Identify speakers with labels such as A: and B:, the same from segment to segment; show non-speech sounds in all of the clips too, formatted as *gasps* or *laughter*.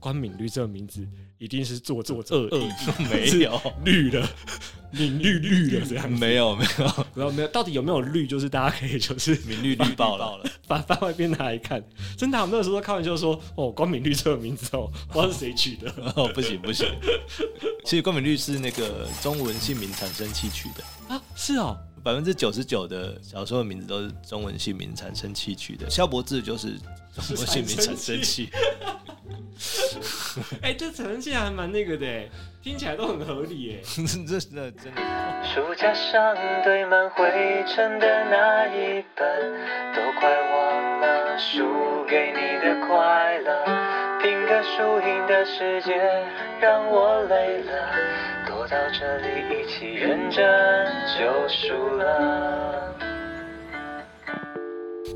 A: 关敏律这个名字一定是做作者恶意，
B: *laughs* 没
A: 是
B: 有，
A: 绿了，敏绿绿了这样。
B: 没有，没有，
A: *laughs* 然后没有，到底有没有绿？就是大家可以就是
B: 名绿绿爆了。
A: 把番外篇拿来看。真的啊，我们那时候都开玩笑说，哦，关敏绿这个名字哦，不知道是谁取
B: *laughs*
A: 的。
B: *laughs* 哦，不行不行。其实冠冕绿是那个中文姓名产生器取的，
A: 啊，是哦，
B: 百分之九十九的小说的名字都是中文姓名产生器取的。萧伯志就是中文姓名产生 *laughs* 器，
A: 哎、这成绩还蛮那个的耶，听起来都很合理欸耶。
B: 这这那真的
C: 书架上堆满灰尘的那一本，都快忘了输给你的快乐。拼个输赢的世界让我累了，躲到这里一起认真就输了。
A: *laughs*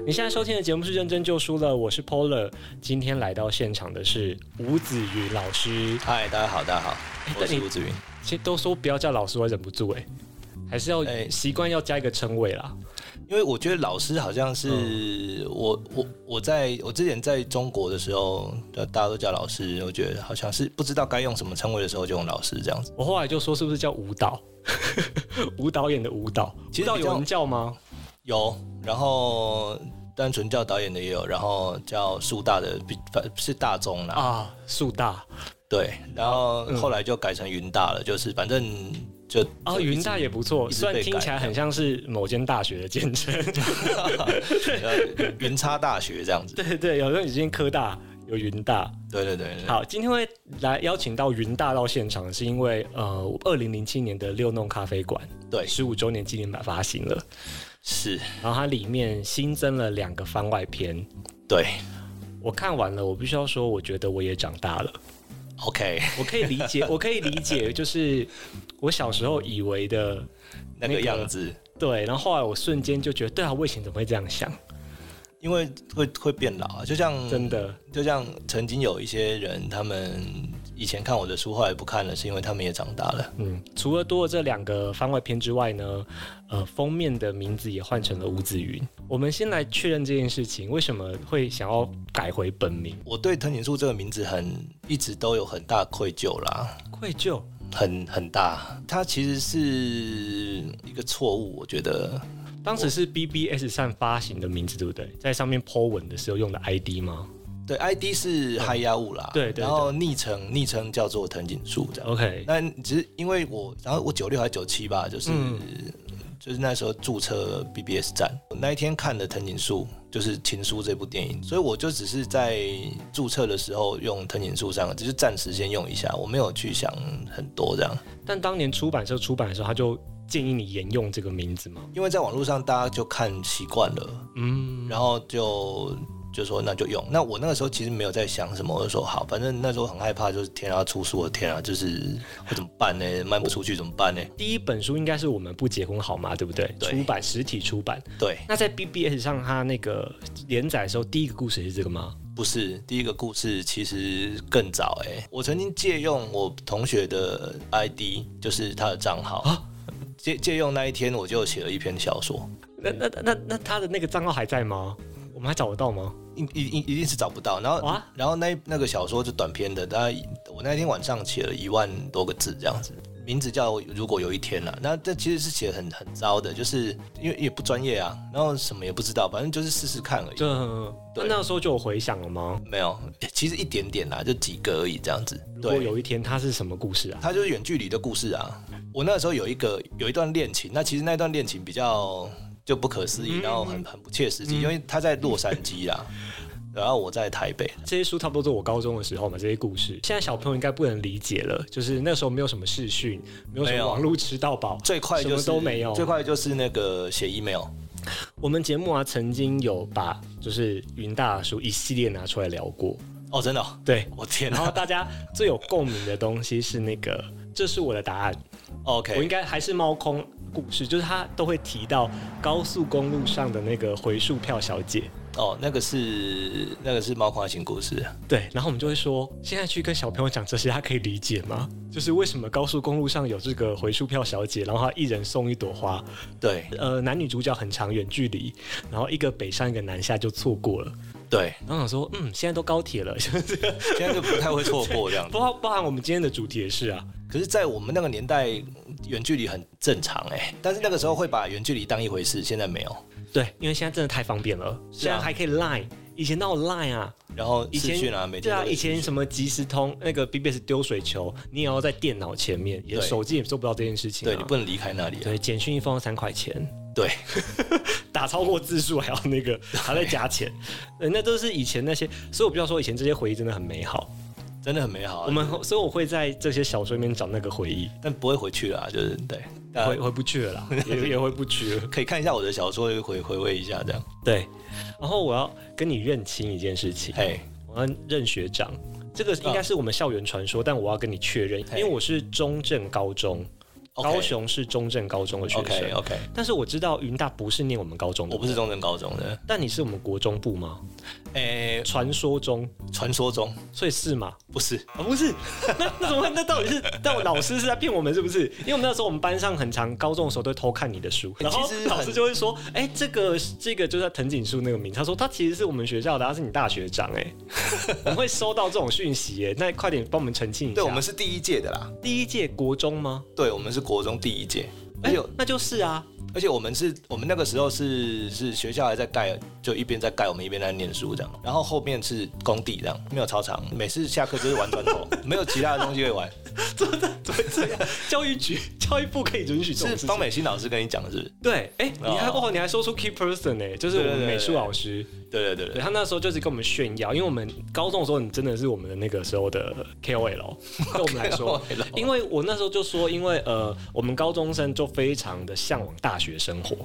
A: 你现在收听的节目是《认真就输了》，我是 Polar，今天来到现场的是吴子瑜老师。
B: 嗨，大家好，大家好，我是吴子云。
A: 其实都说不要叫老师，我忍不住哎、还是要
B: 哎
A: 习惯要加一个称谓啦。
B: 因为我觉得老师好像是我我我在我之前在中国的时候，大家都叫老师，我觉得好像是不知道该用什么称谓的时候就用老师这样子。
A: 我后来就说是不是叫舞蹈？ *laughs* 舞导演的舞蹈，
B: 其
A: 舞
B: 实
A: 蹈
B: 比
A: 有
B: 较
A: 人叫吗？
B: 有，然后单纯叫导演的也有，然后叫树大的比反是大中啦，
A: 啊，树大
B: 对，然后
A: 嗯
B: 后来就改成云大了，就是反正就
A: 啊，云大也不错，
B: 一直
A: 虽然
B: 被
A: 听起来
B: 改
A: 很像是某间大学的简称。
B: *laughs* 呃云差大学这样
A: *laughs*
B: 子，
A: 对对，有时候已经科大有云大。
B: 对对对，对
A: 好，今天会来邀请到云大到现场，是因为呃，二零零七年的六弄咖啡馆
B: 对
A: 十五周年纪念版发行了，
B: 是，
A: 然后它里面新增了两个番外篇。
B: 对
A: 我看完了，我必须要说，我觉得我也长大了。 *laughs*
B: ，OK，
A: 我可以理解，我可以理解，就是我小时候以为的
B: 那个样子，
A: 对，然后后来我瞬间就觉得，对啊，我以前怎么会这样想？
B: 因为会会变老啊，就像
A: 真的，
B: 就像曾经有一些人，他们以前看我的书，后来不看了，是因为他们也长大了。
A: 嗯，除了多了这两个番外篇之外呢，呃，封面的名字也换成了吴子云。我们先来确认这件事情，为什么会想要改回本名？
B: 我对藤井树这个名字很一直都有很大愧疚啦，
A: 愧疚
B: 很很大。它其实是一个错误，我觉得
A: 当时是 BBS 上发行的名字，对不对？在上面 po 文的时候用的 ID 吗
B: 对，ID 是嗨呀物啦，
A: 对对对
B: 然后昵称昵称叫做藤井树这样。
A: ？OK，
B: 那只是因为我，然后我九六还是九七吧，就是、
A: 嗯
B: 就是那时候注册 BBS 站，我那一天看的藤井树就是《情书》这部电影，所以我就只是在注册的时候用藤井树三个字，就是暂时先用一下，我没有去想很多这样，
A: 但当年出版社出版的时候，他就建议你沿用这个名字吗？
B: 因为在网络上大家就看习惯了，
A: 嗯，
B: 然后就就说那就用。那我那个时候其实没有在想什么，我就说好，反正那时候很害怕，就是天啊出书了，天啊，就是我怎么办呢？卖不出去怎么办呢？
A: 第一本书应该是我们不结婚好吗？对不对？
B: 对
A: 出版实体出版。
B: 对，
A: 那在 BBS 上，它那个连载的时候，第一个故事是这个吗？
B: 不是，第一个故事其实更早哎、我曾经借用我同学的 ID，就是他的账号。借借用那一天，我就写了一篇小说，
A: 那那那那他的那个账号还在吗？我们还找得到吗？
B: 一一一一定是找不到。然后，
A: 哇
B: 然后那那个小说就短篇的，大概我那天晚上写了一万多个字这样子，名字叫《如果有一天》啦。那这其实是写得很很糟的，就是因为也不专业啊，然后什么也不知道，反正就是试试看而已。
A: 这那
B: 对
A: 嗯那时候就有回想了吗？
B: 没有，其实一点点啦，就几个而已这样子。
A: 如
B: 对。
A: 果有一天它是什么故事啊？
B: 它就是远距离的故事啊。我那时候有一个有一段恋情，那其实那段恋情比较就不可思议，然后很很不切实际，因为他在洛杉矶啦。啊然后我在台北。
A: 这些书差不多都我高中的时候嘛，这些故事，现在小朋友应该不能理解了。就是那时候没有什么视讯，没有什
B: 没
A: 么
B: 有
A: 网络吃到饱，
B: 最快就是
A: 什么都没有。
B: 最快就是那个写 email，
A: 我们节目啊，曾经有把就是云大叔一系列拿出来聊过，
B: 哦，真的哦、
A: 对。
B: 我天
A: 然后
B: 啊
A: 大家最有共鸣的东西是那个，这是我的答案。我应
B: 哦，OK，
A: 该还是猫空故事，就是他都会提到高速公路上的那个回数票小姐。
B: 哦，那个是那个是猫空爱情故事，
A: 对，然后我们就会说，现在去跟小朋友讲这些，他可以理解吗？就是为什么高速公路上有这个回数票小姐，然后她一人送一朵花，
B: 对
A: 呃，男女主角很长远距离，然后一个北上一个南下就错过了。
B: 对，
A: 然后想说，嗯，现在都高铁了，就是
B: 现在就不太会错过
A: *laughs*
B: 这样子。
A: 包包含我们今天的主题也是啊，
B: 可是，在我们那个年代，远距离很正常哎、但是那个时候会把远距离当一回事，现在没有。
A: 对，因为现在真的太方便了，
B: 是
A: 现
B: 啊
A: 在还可以 Line，以前哪有 Line 啊？
B: 然后
A: 以
B: 视
A: 前
B: 讯啊，每
A: 对
B: 天
A: 啊，
B: 都
A: 以
B: 是
A: 前什么即时通那个 BBS 丢水球，你也要在电脑前面，也
B: 对
A: 手机也做不到这件事情、啊。
B: 对你不能离开那里、啊。
A: 对简讯一封三块钱，
B: 对，
A: 打超过字数还要那
B: *laughs*
A: 个还在加钱，对，那都是以前那些，所以我比较说以前这些回忆真的很美好。
B: 真的很美好啊、
A: 我们所以我会在这些小说里面找那个回忆，
B: 但不会回去啦，就是对，大
A: 回
B: 家
A: 回不去了啦，
B: *laughs*
A: 也也回不去了。
B: 可以看一下我的小说，回回味一下这样。
A: 对，然后我要跟你认清一件事情，
B: 嘿，啊
A: 我要认学长，这个应该是我们校园传说，但我要跟你确认，因为我是中正高中。
B: OK
A: 高雄是中正高中的学生
B: OK OK，
A: 但是我知道云大不是念我们高中的，
B: 我不是，中正高中的，
A: 但你是我们国中部吗？
B: 诶、
A: 传说中，
B: 传说中
A: 所以是吗？
B: 不是，
A: 啊、不是，那那怎么会？那到底是？但我老师是在骗我们是不是？因为我们那时候我们班上很长，高中的时候都会偷看你的书，然后
B: 哎其实很
A: 老师就会说：“哎、这个这个就是藤井树那个名。”他说他其实是我们学校的，他啊是你大学长哎、我们会收到这种讯息哎、那快点帮我们澄清一下。
B: 对我们是第一届的啦，
A: 第一届国中吗？
B: 对我们是国中第一届，而
A: 哎、
B: 且有
A: 那就是啊，
B: 而且我们是我们那个时候是是学校还在盖，就一边在盖，我们一边在念书这样。然后后面是工地这样，没有操场，每次下课就是玩砖 *laughs* 头，没有其他的东西会玩。
A: 怎么会这样？教育局、教育部可以允许这种
B: 是
A: 事情
B: 方美欣老师跟你讲的是不是？
A: 对，哎、你还
B: 哦
A: 哦，你还说出 key person 哎、就是我
B: 对对
A: 们
B: 对
A: 美术
B: 对
A: 老师，
B: 对对对
A: 对
B: 对，
A: 他那时候就是跟我们炫耀，因为我们高中的时候，你真的是我们的那个时候的 KOL，对我们来说
B: KOL，
A: 因为我那时候就说，因为呃，我们高中生就非常的向往大学生活，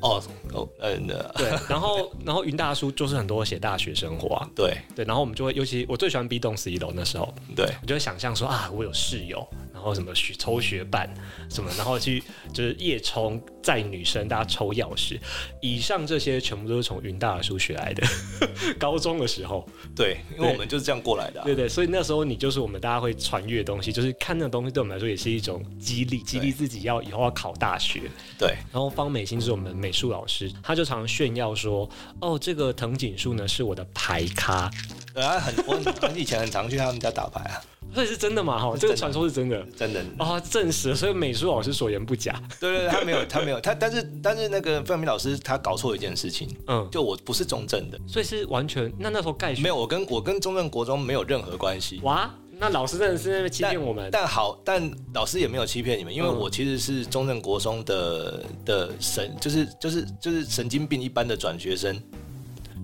B: 哦哦嗯呃
A: 对，然后然后云大叔就是很多写大学生活啊，
B: 对
A: 对，然后我们就会，尤其我最喜欢 B 栋十一楼那时候，
B: 对
A: 我就会想象说啊，我有室友，然后什么学抽学伴什么，然后去就是夜冲载女生，大家抽钥匙，以上这些全部都是从云大叔学来的， *laughs* 高中的时候。
B: 对，因为
A: 对
B: 我们就是这样过来的啊、
A: 对对，所以那时候你就是我们大家会传阅的东西，就是看那个东西对我们来说也是一种激励，激励自己要以后要考大学。
B: 对
A: 然后方美欣是我们美术老师，他就常炫耀说：“哦，这个藤井树呢是我的牌咖。
B: 对啊，很我很我以前很常去他们家打牌啊，”
A: 所以是真的嘛？哈，
B: 是
A: 这
B: 真的
A: 个传说是真的。
B: 真的。
A: 哦，证实了，所以美术老师所言不假。
B: 对对对，他没有他没有他，但是但是那个范明老师他搞错一件事情，
A: 嗯，
B: 就我不是中正的，
A: 所以是完全那那时候盖学
B: 没有我跟我跟中正国中没有任何关系。
A: 哇，那老师真的是在那边欺骗我们。
B: 但好，但老师也没有欺骗你们，因为我其实是中正国中的的神，就是就是就是神经病一般的转学生，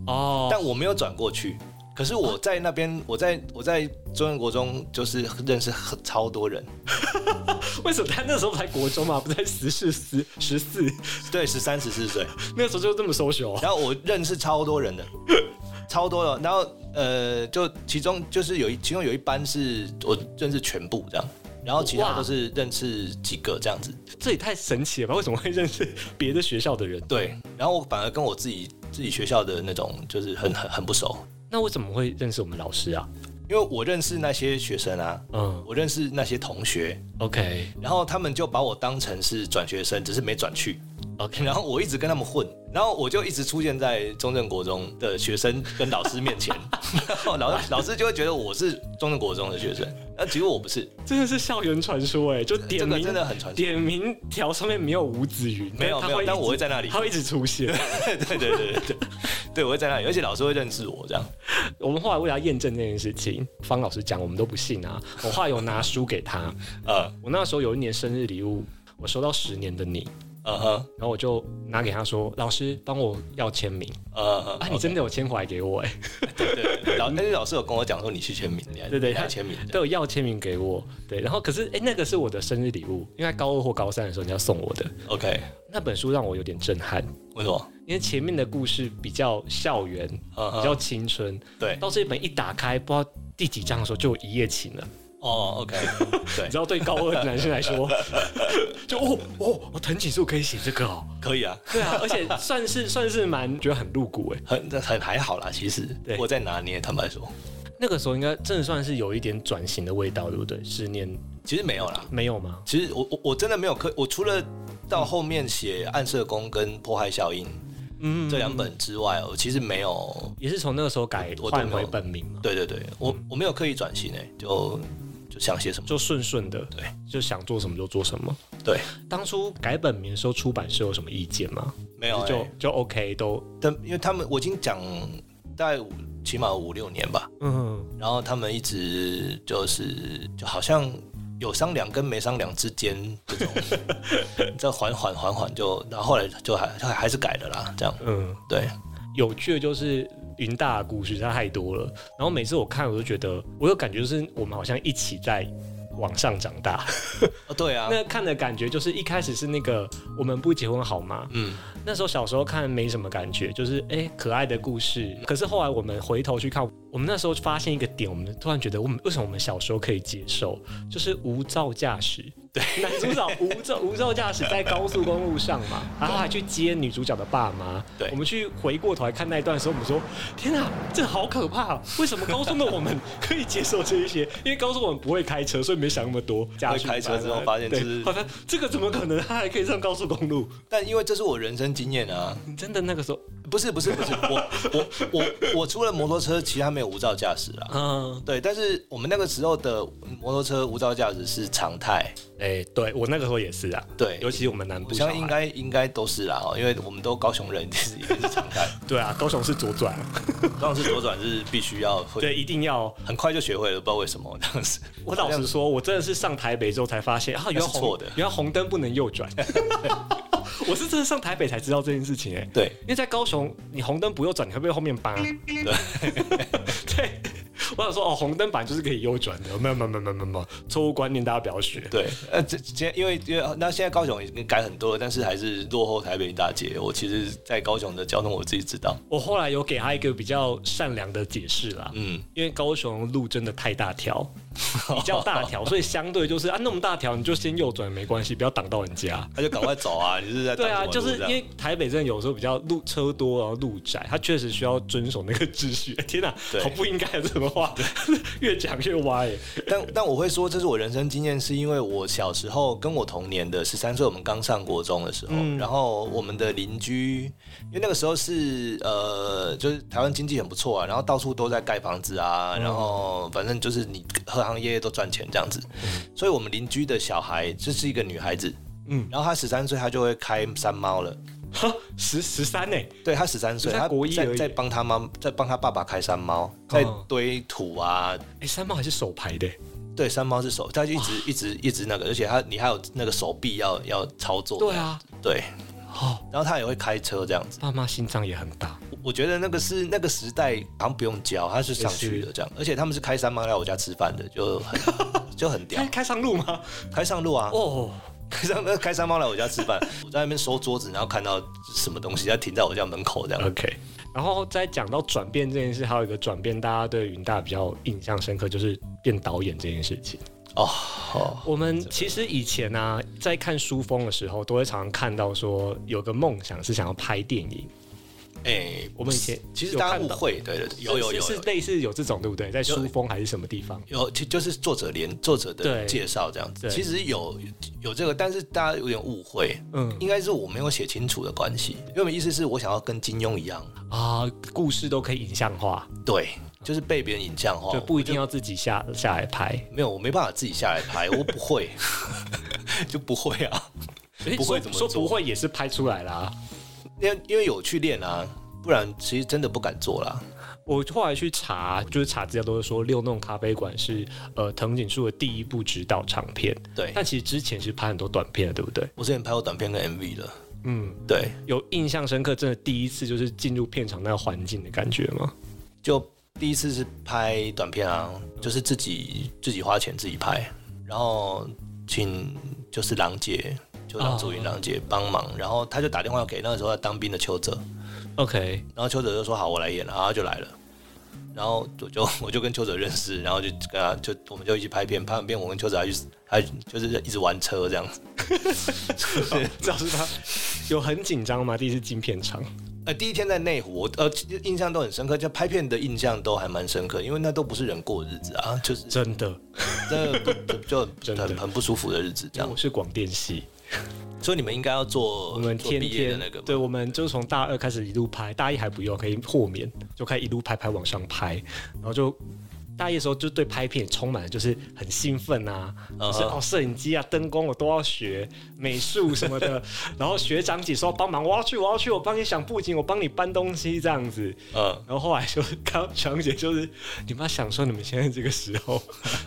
A: 哦，
B: 但我没有转过去。可是我在那边，我在我在中正国中就是认识很超多人，
A: 为什么他那时候才国中嘛，不在十四十十四，
B: 对，十三十四岁，
A: 那时候就这么 social 啊
B: 然后我认识超多人的，超多了。然后呃，就其中就是有一其中有一班是我认识全部这样，然后其他
A: 哇
B: 都是认识几个这样子。
A: 这也太神奇了吧？为什么会认识别的学校的人？
B: 对，然后我反而跟我自己自己学校的那种就是很很很不熟，
A: *laughs* 那为什么会认识我们老师啊？
B: 因为我认识那些学生啊，
A: 嗯
B: 我认识那些同学，
A: ，OK
B: 然后他们就把我当成是转学生，只是没转去，
A: OK，
B: 然后我一直跟他们混，然后我就一直出现在中正国中的学生跟老师
A: *laughs*
B: 面前，然后老师老师就会觉得我是中正国中的学生，那其实我不是， *laughs*
A: 真的是校园传说哎，就点名
B: 这个真的很传说
A: 点名条上面没有吴子云，
B: 没有
A: 他
B: 没有
A: 会一直
B: 但我会在那里
A: 他会一直出 *laughs* 现。
B: 对对对对对，对我会在那里，而且老师会认识我这样，
A: 我们后来为了要验证这件事情，方老师讲我们都不信啊，我 *laughs* 后来有拿书给他，
B: 呃
A: 我那时候有一年生日礼物，我收到《十年的你》，
B: 嗯哼，
A: 然后我就拿给他说：“老师，帮我要签名。”
B: 嗯哼，
A: 啊，你真的有签回来给我哎、
B: 对对对，老但是老师有跟我讲说你去签名，你来
A: 对对
B: 你来
A: 他
B: 签名的，
A: 都有要签名给我。对，然后可是哎、那个是我的生日礼物，因为在高二或高三的时候人家送我的
B: OK，
A: 那本书让我有点震撼，
B: 为什么？
A: 因为前面的故事比较校园，
B: 嗯
A: 比较
B: 哼，
A: 青春，
B: 对，
A: 到这一本一打开，不知道第几章的时候就有一夜情了。
B: 哦，OK，对 *laughs*
A: 你知，道，对高二的男生来说， *laughs* 就哦哦，我藤井树可以写这个哦。
B: 可以啊，
A: 对 *laughs* 啊，而且算是算是蛮觉得很露骨哎。
B: 很很还好啦，其实
A: 对
B: 我在拿捏，坦白说，
A: 那个时候应该真的算是有一点转型的味道，对不对？十年
B: 其实没有啦，
A: 没有吗？
B: 其实我我我真的没有刻，我除了到后面写《暗射工》跟《迫害效应》
A: 嗯，
B: 这两本之外，我其实没有，
A: 也是从那个时候改
B: 我都没
A: 换
B: 有
A: 回本名嘛，
B: 对对对，我我没有刻意转型诶、就就想写什么，
A: 就顺顺的，
B: 对，
A: 就想做什么就做什么。
B: 对，
A: 当初改本名的时候，出版社有什么意见吗？
B: 没有、
A: 就
B: 就
A: 就 OK 都，
B: 但因为他们我已经讲大概五起码五六年吧，
A: 嗯，
B: 然后他们一直就是就好像。有商量跟没商量之间，这种这缓缓缓缓就，然后后来就还还还是改了啦，这样
A: 嗯，
B: 对，
A: 有趣的就是云大的故事，它太多了。然后每次我看，我都觉得我有感觉，就是我们好像一起在往上长大。
B: 哦对啊，
A: 那看的感觉就是一开始是那个我们不结婚好吗？
B: 嗯，
A: 那时候小时候看没什么感觉，就是哎、诶可爱的故事。可是后来我们回头去看，我们那时候发现一个点，我们突然觉得我们为什么我们小时候可以接受，就是无照驾驶。 *laughs* 对，男主角无照无照驾驶在高速公路上嘛，然后还去接女主角的爸妈。
B: 对
A: 我们去回过头来看那一段的时候，我们说天啊，这好可怕、为什么高中的我们可以接受这一些？因为高中我们不会开车，所以没想那么多。驾驶啊
B: 开车之后发现
A: 对
B: 就是
A: 好像这个怎么可能？他还可以上高速公路？ *laughs*
B: 但因为这是我人生经验啊，
A: 你真的那个时候，
B: 不是不是不是，我我我我除了摩托车，其他没有无照驾驶啦。
A: 嗯，
B: 对，但是我们那个时候的摩托车无照驾驶是常态，
A: 哎、对我那个时候也是啊，
B: 对
A: 尤其我们南
B: 我
A: 部小
B: 相
A: 孩，
B: 信应该应该都是啦，哦，因为我们都高雄人，其实也是常态。
A: 对啊，高雄是左转，
B: 当时左转是必须要会，
A: 对，一定要。
B: 很快就学会了，不知道为什么当时。
A: 我老实说，我真的是上台北之后才发现啊，原来
B: 那是
A: 红
B: 错的
A: 原来红灯不能右转。我是真的上台北才知道这件事情哎、
B: 对
A: 因为在高雄，你红灯不右转，你会被后面扒。
B: 对
A: 对，我想说哦，红灯板就是可以右转的，没有没有没有没有没有，错误观念大家不要学。
B: 对，呃，这这因为因为那现在高雄已经改很多了，但是还是落后台北一大截。我其实，在高雄的交通我自己知道，
A: 我后来有给他一个比较善良的解释啦，
B: 嗯，
A: 因为高雄路真的太大
B: *laughs*
A: 条，比较大条，所以相对就是啊那么大条，你就先右转没关系，不要挡到人家。
B: 他就赶快走啊！你是在
A: 对啊，
B: 挡什么
A: 就
B: 路
A: 是
B: 这
A: 因
B: 样
A: 为台北真的有时候比较路车多，然后路窄，它确实需要遵守那个秩序。 *laughs* 天哪、
B: 对
A: 好不应该啊这种话， *laughs* 越讲越歪。 *laughs*
B: 但但我会说，这是我人生经验，是因为我小时候跟我同年的十三岁，我们刚上国中的时候，
A: 嗯
B: 然后我们的邻居，因为那个时候是呃，就是台湾经济很不错啊，然后到处都在盖房子啊，然
A: 嗯
B: 后反正就是你各行业业都赚钱这样子，所以我们邻居的小孩，这、是一个女孩子，
A: 嗯
B: 嗯，然后她十三岁，她就会开山猫了。
A: 哈，十十三呢？
B: 对他十三
A: 就
B: 岁，
A: 是他
B: 他
A: 国一而
B: 在
A: 已嗯
B: 在帮他妈，在帮他爸爸开山猫，在堆土啊，
A: 哎、三毛还是手牌的。
B: 对，山猫是手，它就一直一直一直那个，而且它你还有那个手臂要要操作。
A: 对，啊，
B: 对，
A: 哦，
B: 然后它也会开车这样子。
A: 爸妈心脏也很大。
B: 我我觉得那个是那个时代好像不用教，它是上去的这样，而且他们是开山猫来我家吃饭的，就
A: *laughs*
B: 很就很屌
A: 开，开上路吗？
B: 开上路啊，
A: 哎哦，
B: 开上那开山猫来我家吃饭，我在那边收桌子，然后看到什么东西，它停在我家门口这样。
A: OK。然后再讲到转变这件事，还有一个转变，大家对云大比较印象深刻，就是变导演这件事情。
B: 哦，哦
A: 我们其实以前呢、啊，在看书风的时候，都会常常看到说有个梦想是想要拍电影。
B: 哎、
A: 我们以前
B: 其实
A: 有
B: 大家
A: 看
B: 误
A: 到
B: 会，对对对，有有有
A: 是
B: 有
A: 是类似有这种对不对？在书风还是什么地方？
B: 有，其就是作者连作者
A: 对
B: 的介绍这样子
A: 对，
B: 其实有有这个，但是大家有点误会，
A: 嗯
B: 应该是我没有写清楚的关系，因为我的意思是我想要跟金庸一样，
A: 啊，故事都可以影像化，
B: 对，就是被别人影像化
A: 对，，不一定要自己下下来拍。
B: 没有，我没办法自己下来拍，我
A: *laughs*
B: 不会，就不会啊，
A: 诶
B: 不会
A: 说
B: 怎么
A: 说
B: 做
A: 不会也是拍出来啦。
B: 因为因为有去练啊，不然其实真的不敢做啦，
A: 我后来去查，就是查资料都是说六弄咖啡馆是呃藤井树的第一部指导长片，
B: 对，
A: 但其实之前是拍很多短片的，对不对？
B: 我之前拍过短片跟 MV 的，
A: 嗯，
B: 对，
A: 有印象深刻，真的第一次就是进入片场那个环境的感觉吗？
B: 就第一次是拍短片啊，就是自己自己花钱自己拍，然后请就是郎姐，就让朱云郎姐帮忙，然后他就打电话给那个时候在当兵的邱泽，
A: *laughs* OK，
B: 然后邱泽就说好我来演，然后他就来了。然后我就 *laughs* 我就跟邱泽认识，然后就跟他就我们就一起拍片，拍完片我跟邱泽还去还就是一直玩车这样子。
A: 这是他有很紧张吗？第一次进片场，
B: 呃，第一天在内湖，我呃其实印象都很深刻，就拍片的印象都还蛮深刻，因为那都不是人过的日子啊，就是
A: 真的，
B: 这不不就
A: 真的
B: 很很不舒服的日子这
A: 因为
B: 样
A: 我。是广电系，
B: 所以你们应该要做
A: 我们
B: 做
A: 天
B: 毕业
A: 天
B: 的那个嘛，
A: 对，我们就从大二开始一路拍，大一还不用，可以豁免，就开始一路拍拍往上拍，然后就。大一的时候就对拍片充满了就是很兴奋啊，
B: 嗯
A: 就是哦摄影机啊、灯光我都要学，美术什么
B: *laughs*
A: 的。然后学长姐说帮忙，我要去，我要去，我帮你想布景，我帮你搬东西这样子。
B: 嗯，
A: 然后后来就 *laughs* 刚强姐就是你妈想说你们现在这个时候，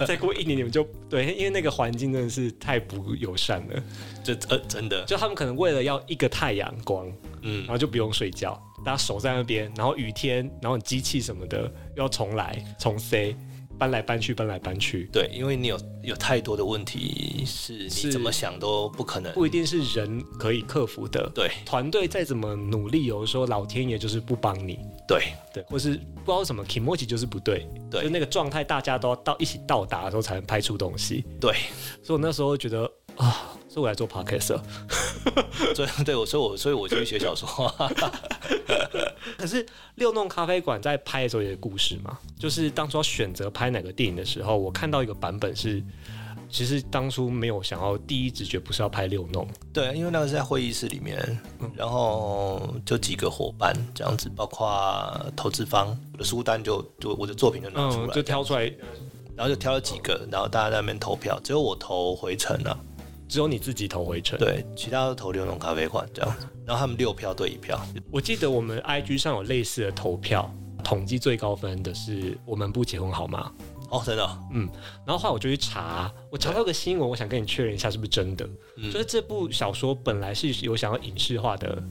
A: 再过一年你们就对，因为那个环境真的是太不友善了。
B: 这呃真的，
A: 就他们可能为了要一个太阳光，
B: 嗯
A: 然，后就不用睡觉，大家守在那边，然后雨天，然后你机器什么的又要重来重塞，搬来搬去，搬来搬去，
B: 对，因为你有有太多的问题是你
A: 是
B: 怎么想都不可能，
A: 不一定是人可以克服的。
B: 对
A: 团队再怎么努力，有的时候老天爷就是不帮你，
B: 对
A: 对，或是不知道什么 k i m o j i 就是不对，
B: 对
A: 就那个状态，大家都要到一起到达的时候才能拍出东西。
B: 对，
A: 所以我那时候觉得啊，所以我来做 podcast 了。
B: 所以对我所以我所以我就去写小说啊， *laughs*
A: 可是六弄咖啡馆在拍的时候有一个故事嘛，就是当初要选择拍哪个电影的时候，我看到一个版本是，其实当初没有想要第一直觉不是要拍六弄，
B: 对，啊因为那个是在会议室里面，
A: 嗯
B: 然后就几个伙伴这样子，包括投资方，我的书单就就我的作品就拿出
A: 嗯，
B: 来，
A: 就挑出来，
B: 然后就挑了几个，然后大家在那边投票，只有我投回城啊，
A: 只有你自己投回城。
B: 对，其他都投六弄咖啡馆这样，然后他们六票对一票，
A: 我记得我们 IG 上有类似的投票，统计最高分的是我们不结婚好吗？
B: 哦，真的哦，
A: 然后后来我就去查，我查到一个新闻，我想跟你确认一下是不是真的。
B: 嗯
A: 就是这部小说本来是有想要影视化的，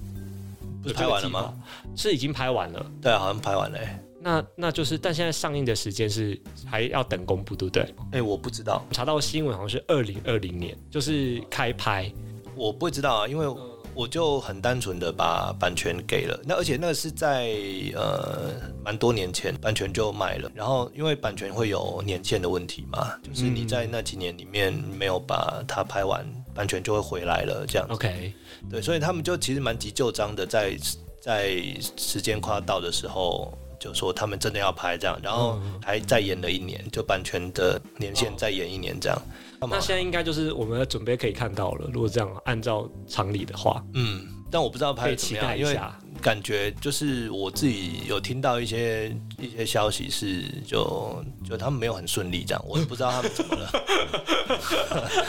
B: 不是拍完了吗？？
A: 是已经拍完了。
B: 对啊，好像拍完了欸。
A: 那那就是，但现在上映的时间是还要等公布，对不对？
B: 哎、我不知道，
A: 查到新闻好像是二零二零年，就是开拍。
B: 我不知道啊，因为我就很单纯的把版权给了。那而且那个是在呃蛮多年前，版权就卖了。然后因为版权会有年限的问题嘛，就是你在那几年里面没有把它拍完，版权就会回来了这样子。
A: OK，
B: 对，所以他们就其实蛮急就章的在，在时间快要到的时候。就说他们真的要拍这样，然后
A: 嗯
B: 还再演了一年，就版权的年
A: 哦
B: 限再演一年这样。干嘛
A: 那现在应该就是我们的准备可以看到了。如果这样按照常理的话，
B: 嗯，但我不知道拍
A: 可
B: 的
A: 以
B: 怎
A: 期
B: 么
A: 待
B: 样，
A: 一
B: 因为
A: 下。
B: 感觉就是我自己有听到一些一些消息是就就他们没有很顺利这样，我也不知道他们怎么
A: *laughs*
B: 了。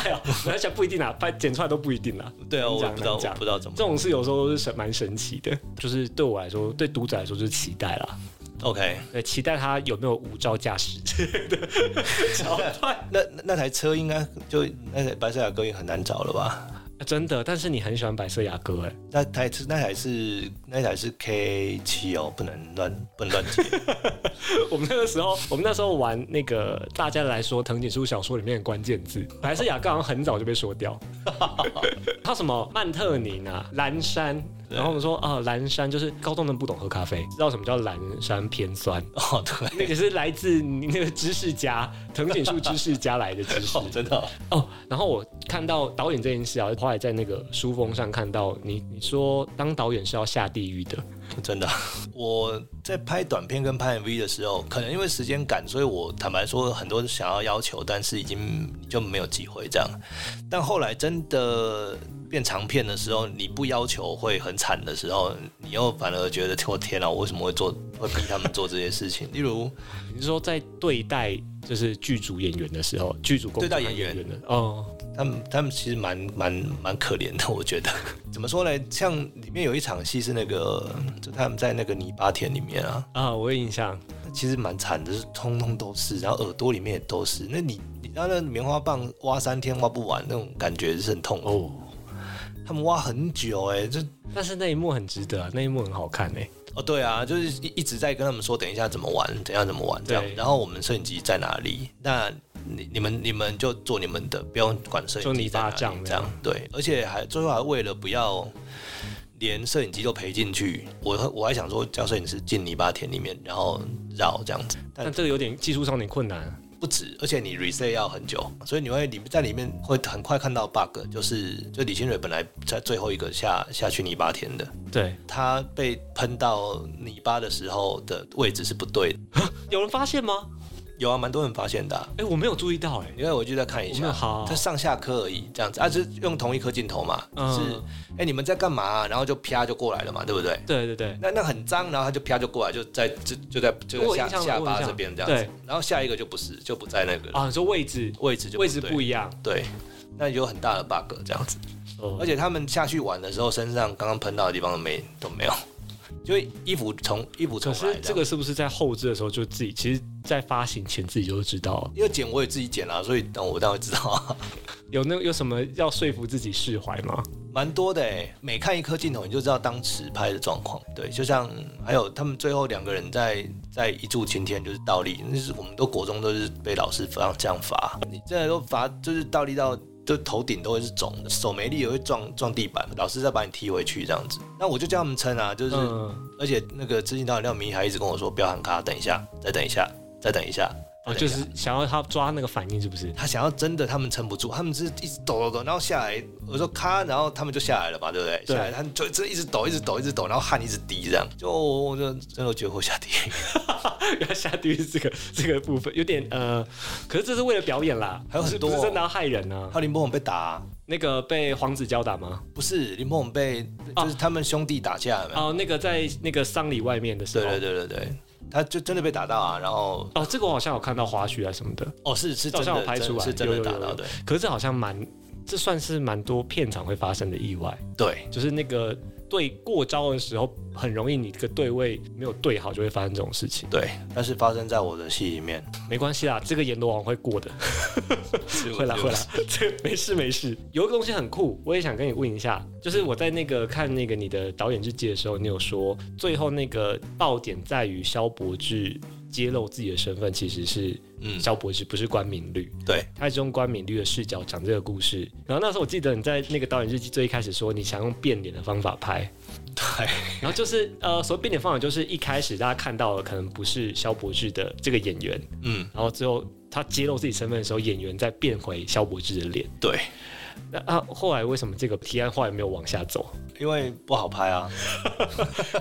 A: 哎呀，我在想不一定啊，拍剪出来都不一定啊。
B: 对啊，
A: 难
B: 我也
A: 讲
B: 不知道，
A: 难
B: 我
A: 讲
B: 不知道怎么
A: 这。种事有时候是蛮神奇的，就是对我来说，对读者来说就是期待啦， *laughs*
B: OK，
A: 对，期待他有没有无照驾驶之类的桥段、
B: 那那那台车应该就那台白色雅歌也很难找了吧？
A: 啊真的，但是你很喜欢白色雅歌哎，
B: 那台是那台是那台是 K 七哦，不能乱不能乱接。
A: *laughs* 我们那个时候，我们那时候玩那个大家来说藤井树小说里面的关键字，白色雅歌好像很早就被说
B: *laughs*
A: 掉。他什么曼特宁啊，蓝山，然后我们说啊，蓝山就是高中人不懂喝咖啡，知道什么叫蓝山偏酸，
B: *laughs* 哦，对，
A: 那个是来自你那个知识家藤井树知识家来的知识
B: *laughs* *laughs* 哦，真的哦、
A: 哦。然后我看到导演这件事啊，后来在那个书封上看到你，你说当导演是要下地狱的，
B: 真的， *laughs* 我在拍短片跟拍 MV 的时候，可能因为时间赶，所以我坦白说很多想要要求，但是已经就没有机会这样。但后来真的变长片的时候，你不要求会很惨的时候，你又反而觉得我天啊，我为什么会做，会逼他们做这些事情？例如
A: 你是说在对待就是剧组演员的时候，剧组工作
B: 对待演员
A: 员的哦，
B: 他们他们其实蛮蛮蛮可怜的，我觉得。 *laughs* 怎么说呢？像里面有一场戏是那个，就他们在那个泥巴田里面啊，
A: 啊，我有印象。
B: 其实蛮惨的，就是通通都是，然后耳朵里面也都是。那你你知道那棉花棒挖三天挖不完，那种感觉是很痛苦。
A: 哦，
B: 他们挖很久、欸，哎，就
A: 但是那一幕很值得、啊，那一幕很好看哎、
B: 哦，对啊，就是一一直在跟他们说，等一下怎么玩，等一下怎么玩这样
A: 对。
B: 然后我们摄影机在哪里？那你你们你们就做你们的，不用管摄
A: 就
B: 影
A: 你
B: 机在哪
A: 巴掌
B: 里
A: 这
B: 这
A: 样
B: 样。对，而且还最后还为了不要连摄影机都赔进去，我我还想说叫摄影师进泥巴田里面，然后绕这样子，但
A: 但这个有点技术上有点困难，啊
B: 不止，而且你 reset 要很久，所以你会里在里面会很快看到 bug，就是就李新蕊本来在最后一个下下去泥巴田的，
A: 对，
B: 他被喷到泥巴的时候的位置是不对的。
A: 有人发现吗？
B: 有啊，蛮多人发现的啊、
A: 哎、我没有注意到哎、
B: 因为我就在看一
A: 我没有
B: 下，
A: 好
B: 它上下颗而已，这样子啊，就是用同一颗镜头嘛，
A: 嗯
B: 就是哎、你们在干嘛啊、然后就啪就过来了嘛，对不对？
A: 对对对，
B: 那那很脏，然后他就啪就过来，就在就就在就
A: 我
B: 在
A: 有印
B: 下
A: 象
B: 下
A: 我有印
B: 巴
A: 象
B: 这边这样子
A: 对，
B: 然后下一个就不是，就不在那个了、
A: 啊，你说位置
B: 位置就
A: 位置不
B: 一
A: 一样，
B: 对，那有很大的 bug 这样子，
A: 哦
B: 而且他们下去玩的时候，身上刚刚喷到的地方都没都没有，就衣服重衣服重
A: 可
B: 来样
A: 是
B: 子
A: 这个是不是在后置的时候就自己，其实在发行前自己就知道了
B: 因为剪我也自己剪啦、所以当我当然知道啊， *laughs*
A: 有那有什么要说服自己释怀吗？
B: 蛮多的哎。每看一颗镜头，你就知道当时拍的状况。对，就像还有他们最后两个人在在一柱擎天，就是倒立，那是我们都国中都是被老师罚这样罚，你真的都罚就是倒立到。就头顶都会是肿的，手没力也会撞撞地板，老师再把你踢回去这样子。那我就叫他们撑啊，就是、
A: 嗯，
B: 而且那个知行导演廖明义还一直跟我说不要喊卡，等一下，再等一下，再等一下，
A: 哦，
B: 再等一下
A: 就是想要他抓那个反应，是不是？
B: 他想要真的，他们撑不住，他们是一直抖抖抖，然后下来，我说咔，然后他们就下来了嘛，对不对？
A: 对
B: 下来他们就这一直抖，一直抖，一直抖，然后汗一直滴，这样就我我就真的觉得我下地狱。
A: *laughs* 要下地狱这个这个部分有点呃，可是这是为了表演啦，
B: 还有很多哦
A: 不是不是真的要害人呢、
B: 还有林柏宏被打、
A: 那个被黄子佼打吗？
B: 不是林柏宏被，
A: 啊
B: 就是他们兄弟打架有没有？
A: 哦，那个在那个丧礼外面的时
B: 对
A: 候，
B: 对对对对，他就真的被打到啊，然后
A: 哦，这个我好像有看到花絮啊什么的，
B: 哦是是真
A: 照相有
B: 的
A: 拍出
B: 真
A: 来，
B: 是真
A: 有
B: 的
A: 有
B: 打
A: 有
B: 到，
A: 有
B: 对
A: 可是好像蛮，这算是蛮多片场会发生的意外，
B: 对
A: 就是那个对过招的时候，很容易你这个对位没有对好，就会发生这种事情。
B: 对，但是发生在我的戏
A: *laughs*
B: 里面，
A: 没关系啦，这个阎罗王会过的，会啦
B: 是
A: 会啦，这个 *laughs* 没事没事。有一个东西很酷，我也想跟你问一下，就是我在那个看那个你的导演日记的时候，你有说最后那个爆点在于萧伯志揭露自己的身份其实是
B: 嗯
A: 萧伯志，不是关明律。
B: *laughs* 对
A: 他是用关敏律的视角讲这个故事。然后那时候我记得你在那个导演日记最一开始说你想用变脸的方法拍，
B: 对
A: 然后就是呃，所谓变脸方法就是一开始大家看到的可能不是萧伯志的这个演员，
B: 嗯
A: 然后最后他揭露自己身份的时候，演员再变回萧伯志的脸。
B: 对，
A: 那啊，后来为什么这个提案后来没有往下 *laughs* 走？
B: 因为不好拍啊。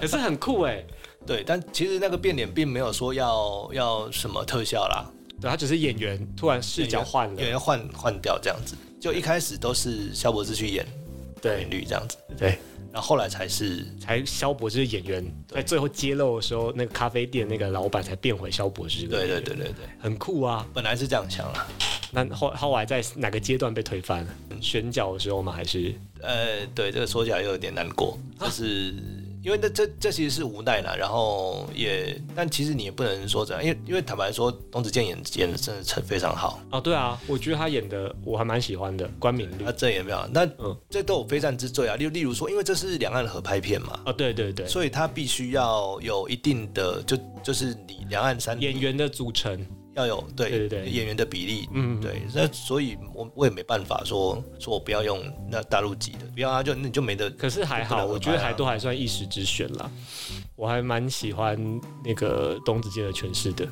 A: 可是很酷哎、
B: 对，但其实那个变脸并没有说要要什么特效啦，
A: 对他只是演员突然视角换了
B: 演，员换换掉这样子。就一开始都是萧伯志去演
A: 对
B: 演绿这样子，
A: 对，
B: 然后后来才是
A: 才萧伯志演员在最后揭露的时候，那个咖啡店那个老板才变回萧伯志的
B: 对
A: 脸。
B: 对对对对，
A: 很酷啊！
B: 本来是这样想啦。
A: 那后后来在哪个阶段被推翻？选角的时候吗？还是
B: 呃，对，这个说起来又有点难过，就是。因为那这这其实是无奈啦，然后也，但其实你也不能说这样，因为因为坦白说，董子健演演的真的非常好，
A: 哦，对啊，呃我觉得他演的我还蛮喜欢的，关敏律
B: 他这也没有，那
A: 嗯
B: 这都有非战之罪啊。例例如说，因为这是两岸合拍片嘛，
A: 哦，对对对，
B: 所以他必须要有一定的，就就是你两岸三地
A: 演员的组成，
B: 要有对
A: 对对对
B: 演员的比例，
A: 嗯，
B: 对，那所以我我也没办法说说我不要用那大陆籍的，不要啊，就那你就没得
A: 可是还好，
B: 就不能合拍啊
A: 我觉得还都还算一时之选啦。我还蛮喜欢那个董子健的诠释的，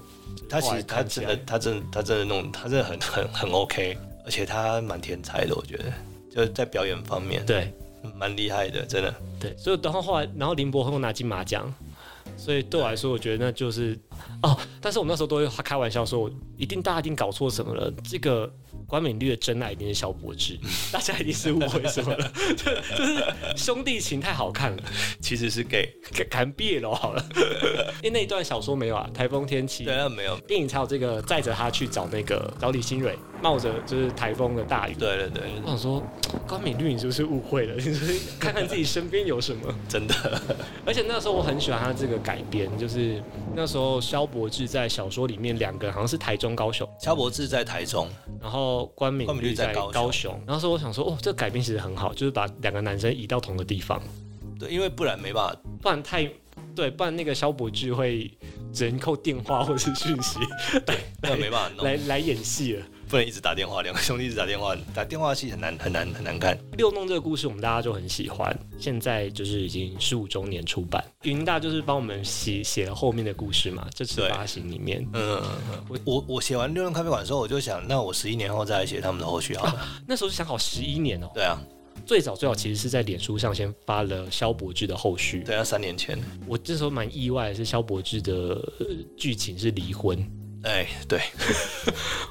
B: 他其
A: 后来
B: 实他
A: 看起
B: 真
A: 来
B: 的他真的他真的弄他真的很很很 OK，而且他蛮天才的，我觉得就是在表演方面
A: 对
B: 蛮厉害的，真的。
A: 对，所以然后后来，然后林柏宏又拿金马奖，所以对我来说，我觉得那就是哦，但是我那时候都会开玩笑说，我一定大家一定搞错什么了，这个关敏律的真爱一定是萧伯志，大家一定是误会什么了， *laughs* 就就是兄弟情太好看了，
B: 其实是 gay，
A: 砍毕了好了， *laughs* 因为那一段小说没有啊，台风天气
B: 对，。那没有，
A: 电影才有这个载着他去找那个找李新蕊，冒着就是台风的大雨。
B: 对对对，
A: 我想说，关敏律你是不是误会了？你 *laughs* 是不是看看自己身边有什么？
B: 真的， *laughs*
A: 而且那时候我很喜欢他这个改编，就是那时候萧伯志在小说里面两个好像是台中、高雄，
B: 萧伯志在台中，
A: 然后关敏
B: 关敏
A: 律
B: 律在
A: 在
B: 高雄
A: 高雄。然后说我想说，哦，这改编其实很好，就是把两个男生移到同个地方，
B: 对，因为不然没办法，
A: 不然太对，不然那个萧伯志会只能靠电话或是讯息
B: 那没办法弄，
A: 来来演戏了。
B: 不能一直打电话，两个兄弟一直打电话，打电话戏很难很难很难看。
A: 六弄这个故事，我们大家就很喜欢。现在就是已经十五周年出版，云大就是帮我们写写了后面的故事嘛，这次
B: 对
A: 发行里面。
B: 嗯，我我我写完《六人咖啡馆》的时候，我就想，那我十一年后再来写他们的后续好 *laughs* 了。
A: 那时候就想好十一年哦、
B: 对啊，
A: 最早最早其实是在脸书上先发了萧伯志的后续。
B: 对啊，三年前，
A: 我这时候蛮意外的是，萧伯志的呃剧情是离婚。
B: 哎，对，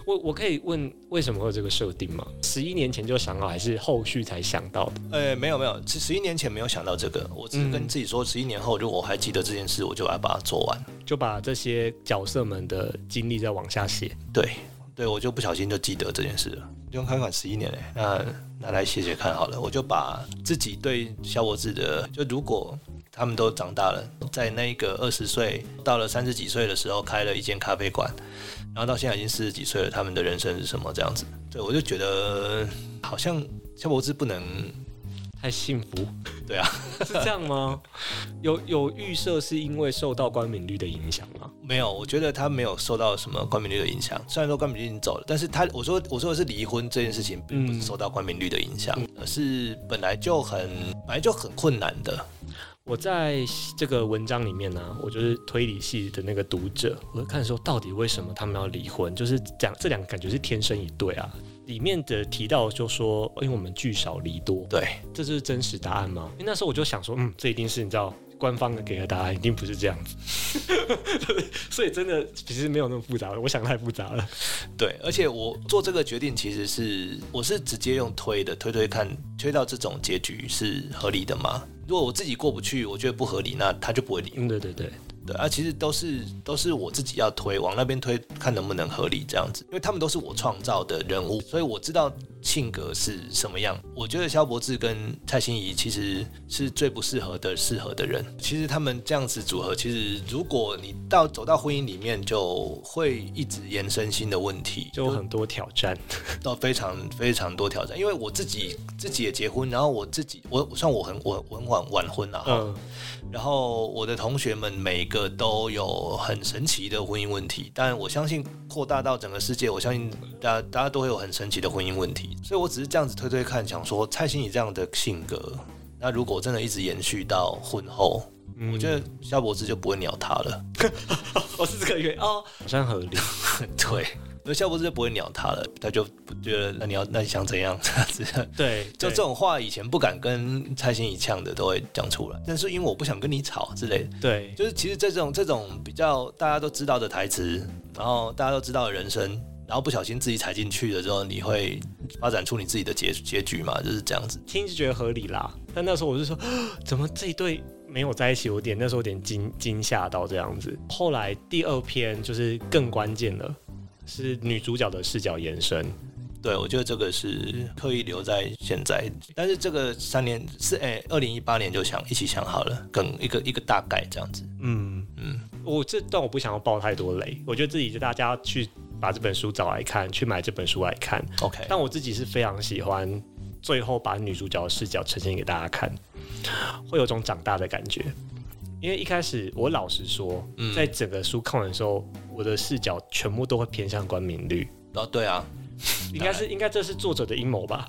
A: 我我可以问为什么会有这个设定吗？十一年前就想好，还是后续才想到的？
B: 哎，没有没有，十十一年前没有想到这个，我只是跟自己说，十一年后如果我还记得这件事，我就要把它做完。
A: 就把这些角色们的经历再往下写。
B: 对，对我就不小心就记得这件事了。用开馆十一年嘞，那那来写写看好了。我就把自己对小我自己的，就如果他们都长大了，在那一个二十岁到了三十几岁的时候开了一间咖啡馆，然后到现在已经四十几岁了，他们的人生是什么这样子？对我就觉得好像小我自不能，
A: 太幸福，
B: 对啊，
A: 是这样吗？有有预设是因为受到关敏律的影响吗？
B: 没有，我觉得他没有受到什么关敏律的影响。虽然说关敏律已经走了，但是他我说我说的是离婚这件事情，并不是受到关敏律的影响，而是本来就很本来就很困难的。
A: 我在这个文章里面呢、我就是推理系的那个读者，我在看说到底为什么他们要离婚，就是讲这两个感觉是天生一对啊。里面的提到就说，因为我们聚少离多，
B: 对，
A: 这就是真实答案吗？因为那时候我就想说，嗯，这一定是你知道官方的给的答案，一定不是这样子。 *laughs* 所以真的其实没有那么复杂了，我想太复杂了。
B: 对，而且我做这个决定其实是我是直接用推的，推推看，推到这种结局是合理的吗？如果我自己过不去，我觉得不合理，那他就不会离婚。
A: 嗯，对对对，
B: 对啊，其实都是都是我自己要推，往那边推，看能不能合理这样子，因为他们都是我创造的人物，所以我知道性格是什么样。我觉得萧伯志跟蔡欣怡其实是最不适合的适合的人。其实他们这样子组合，其实如果你到走到婚姻里面，就会一直延伸新的问题，
A: 就很多挑战。
B: 到非常非常多挑战。因为我自己自己也结婚，然后我自己我算我很我我很晚晚婚了、啊，
A: 嗯，
B: 然后我的同学们每个都有很神奇的婚姻问题，但我相信扩大到整个世界，我相信大家大家都会有很神奇的婚姻问题。所以我只是这样子推推看，想说蔡欣怡这样的性格，那如果真的一直延续到婚后，我觉得萧伯志就不会鸟他了。
A: 我是这个原因 *laughs* 哦，好像合理。
B: 对，那萧伯志就不会鸟他了，他就不觉得那你要那你想怎样这样子。
A: *laughs* 对，就
B: 就这
A: 这种
B: 种话，以前不敢跟蔡欣怡呛的，都会讲出来。但是因为我不想跟你吵之类的，
A: 对，
B: 就是其实这种这种比较大家都知道的台词，然后大家都知道的人生，然后不小心自己踩进去了之后，你会发展出你自己的结结局嘛，就是这样子。
A: 听是觉得合理啦，但那时候我就说， *gasps* 怎么这一对没有在一起？我有点那时候有点惊惊吓到这样子。后来第二篇就是更关键了，是女主角的视角延伸。
B: 对，我觉得这个是刻意留在现在，但是这个三年是哎，二零一八年就想一起想好了，梗一个一个大概这样子。
A: 嗯嗯
B: 嗯，
A: 我这段我不想要爆太多雷，我觉得自己就大家去把这本书找来看，去买这本书来看。
B: OK，
A: 但我自己是非常喜欢最后把女主角的视角呈现给大家看，会有种长大的感觉。因为一开始我老实说，
B: 嗯
A: 在整个书看完的时候，我的视角全部都会偏向关敏律，
B: 然后对啊，
A: 应该是应该这是作者的阴谋
B: *laughs*
A: 吧。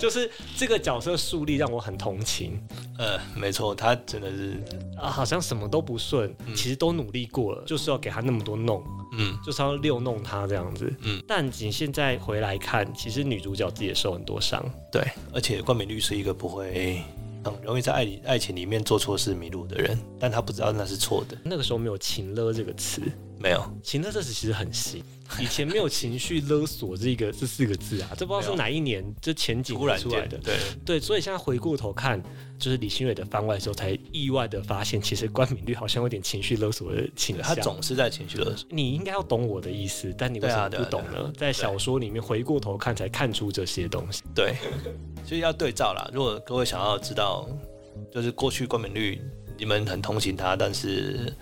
A: 就是这个角色树立让我很同情
B: 呃，没错，他真的是，
A: 啊，好像什么都不顺，其实都努力过了，就是要给他那么多弄，
B: 嗯，
A: 就是要六弄他这样子。
B: 嗯
A: 但你现在回来看，其实女主角自己也受很多伤，
B: 对，而且冠冕律是一个不会很容易在爱里爱情里面做错事迷路的人，但他不知道那是错的，
A: 那个时候没有“情勒”这个词，
B: 没有。
A: 情勒这词其实很新，以前没有“情绪勒索”这个这四个字啊，这不知道是哪一年，这前几
B: 突
A: 年
B: 然
A: 出来
B: 间
A: 的。
B: 对，
A: 对，所以现在回过头看，就是李新蕊的番外之后，才意外的发现，其实关敏律好像有点情绪勒索的倾向。
B: 他总是在情绪勒索。
A: 你应该要懂我的意思，但你为什么
B: 对啊
A: 不
B: 对啊
A: 懂呢？在小说里面回过头看，才看出这些东西。
B: 对， *laughs* 所以要对照啦。如果各位想要知道，就是过去关门率，你们很同情他，但是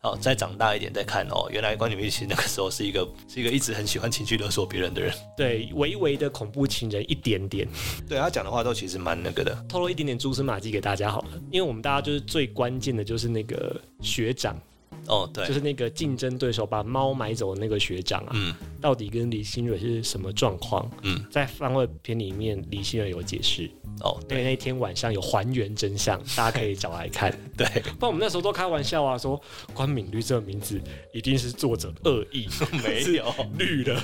B: 啊、哦，再长大一点再看哦，原来关礼密其实那个时候是一个是一个一直很喜欢情绪勒索别人的人，
A: 对，微微的恐怖情人一点点，
B: 对他讲的话都其实蛮那个的，
A: 透露一点点蛛丝马迹给大家好了，因为我们大家就是最关键的就是那个学长，
B: 哦，对，
A: 就是那个竞争对手把猫买走的那个学长啊，
B: 嗯
A: 到底跟李新蕊是什么状况？
B: 嗯，
A: 在番外篇里面，李新蕊有解释，
B: 哦，
A: 因
B: 对
A: 为那一天晚上有还原真
B: *laughs*
A: 相，大家可以找来看。
B: 对，
A: 不然我们那时候都开玩笑啊，说关敏律这个名字一定是作者恶意，
B: *laughs* 没有
A: *laughs* 是绿了，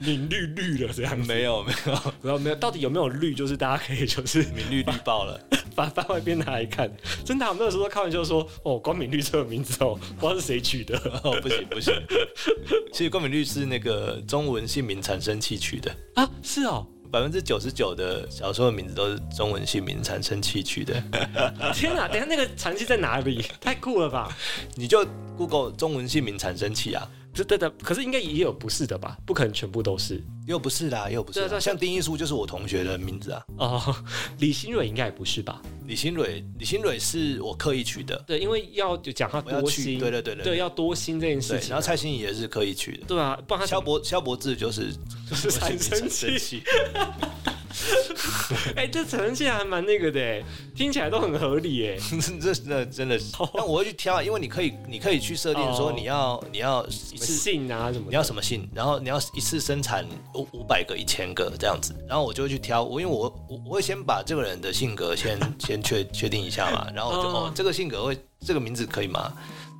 A: 敏绿绿了这样子。
B: 没有没有，
A: *laughs* 然后没有，到底有没有绿，就是大家可以
B: *laughs*
A: 就是
B: 敏绿绿爆了，
A: 把番外篇拿来看。真的啊、我们那时候都开玩笑说，哦，关敏律这个名字哦，不知道是谁取的。
B: *laughs* 哦，不行不行，其实关敏绿是那个中文姓名产生器取的。
A: 啊，是哦，
B: 百分之九十九的小说的名字都是中文姓名产生器
A: *laughs*
B: 取的，
A: 天
B: *laughs*
A: 哪、等一下那个残器在哪里？太酷了吧！
B: 你就 Google 中文姓名产生器啊，
A: 这等等，可是应该也有不是的吧？不可能全部都是
B: 又不是啦，又不是
A: 对啊对
B: 啦，
A: 啊
B: 像丁一书就是我同学的名字啊，
A: 哦。 *laughs* 李新蕊应该也不是吧？
B: 李新蕊，李新蕊是我刻意取的，
A: 对，因为要就讲他
B: 我要
A: 多
B: 去，
A: 心，
B: 对对对
A: 对，要多心这件
B: 对
A: 事，情
B: 然
A: 啊、
B: 后蔡欣怡也是刻意取的，
A: 对啊，不然他
B: 萧伯萧伯志就是
A: 就是产生器。
B: 器， *laughs*
A: 哎、这产生器还蛮那个的哎，听起来都很合理哎。
B: 这真的真
A: *laughs*
B: 的是，但我会去挑啊，因为你可以你可以去设定说
A: 哦
B: 你要你要一
A: 什么
B: 次
A: 信啊什么的？
B: 你要什么信，然后你要一次生产五五百个、一千个这样子，然后我就会去挑，我因为我我我会先把这个人的性格
A: *laughs*
B: 先先确确定一下嘛，然后我就
A: 嗯
B: 哦，这个性格会这个名字可以吗？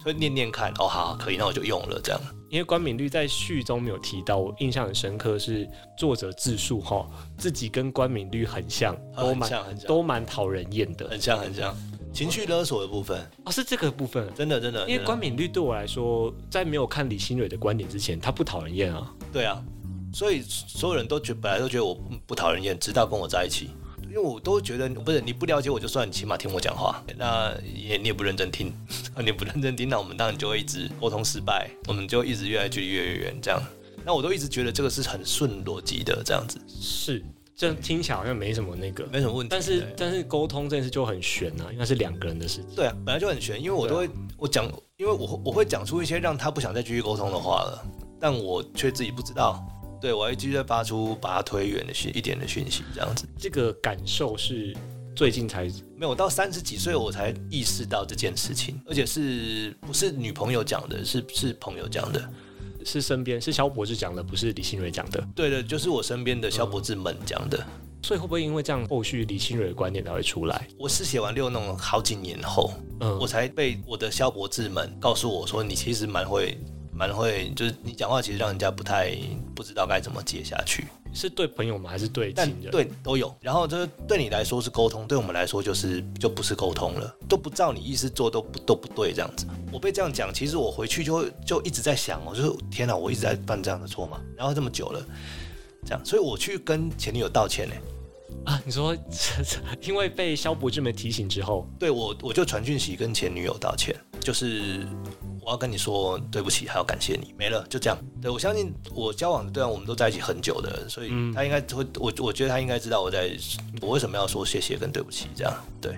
B: 会念念看，哦好，可以，那我就用了这样。
A: 因为关敏律在序中没有提到，我印象很深刻是作者自述哈，自己跟关敏律很像，
B: 啊
A: 都
B: 很
A: 蛮
B: 像很像
A: 都蛮讨人厌的。
B: 很像很像情绪勒索的部分，
A: 哦，是这个部分。
B: 真的真的，
A: 因为
B: 真的
A: 关敏律对我来说，在没有看李新蕊的观点之前，他不讨人厌啊。
B: 对啊，所以所有人都觉本来都觉得我不不讨人厌，直到跟我在一起。因为我都觉得不是你不了解我就算，你起码听我讲话，那也你也不认真听， *laughs* 你不认真听，那我们当然就会一直沟通失败，我们就一直越来距离越远这样。那我都一直觉得这个是很顺逻辑的这样子，
A: 是，这样听起来好像没什么那个，
B: 没什么问题。
A: 但是
B: 对
A: 但是沟通这件事就很悬啊，因为它是两个人的事情。
B: 对啊，本来就很悬，因为我都会、
A: 啊
B: 我讲，因为我会我会讲出一些让他不想再继续沟通的话了，但我却自己不知道，对我还继续在发出把他推远的讯一点的讯息这样子。
A: 这个感受是最近才
B: 没有，我到三十几岁我才意识到这件事情，而且是不是女朋友讲的，是是朋友讲的。
A: 是身边是萧博士讲的，不是李新蕊讲的。
B: 对的，就是我身边的萧伯志们讲的。
A: 所以会不会因为这样，后续李新蕊的观点才会出来？
B: 我是写完六弄了好几年后，
A: 嗯，
B: 我才被我的萧伯志们告诉我说，你其实蛮会，蛮会，就是你讲话其实让人家不太不知道该怎么接下去。
A: 是对朋友吗？还是对
B: 但
A: 亲人？，
B: 对都有，然后这对你来说是沟通，对我们来说就是就不是沟通了，都不照你意思做，都不都不对这样子。我被这样讲，其实我回去就就一直在想，我就是天哪，我一直在犯这样的错嘛，然后这么久了，这样，所以我去跟前女友道歉呢、
A: 啊，你说 *laughs* 因为被萧博士们提醒之后，
B: 对我我就传讯息跟前女友道歉，就是我要跟你说对不起，还要感谢你，没了，就这样。对我相信我交往的对象，我们都在一起很久的，所以
A: 嗯
B: 他应该会，我我觉得他应该知道我在我为什么要说谢谢跟对不起这样，对。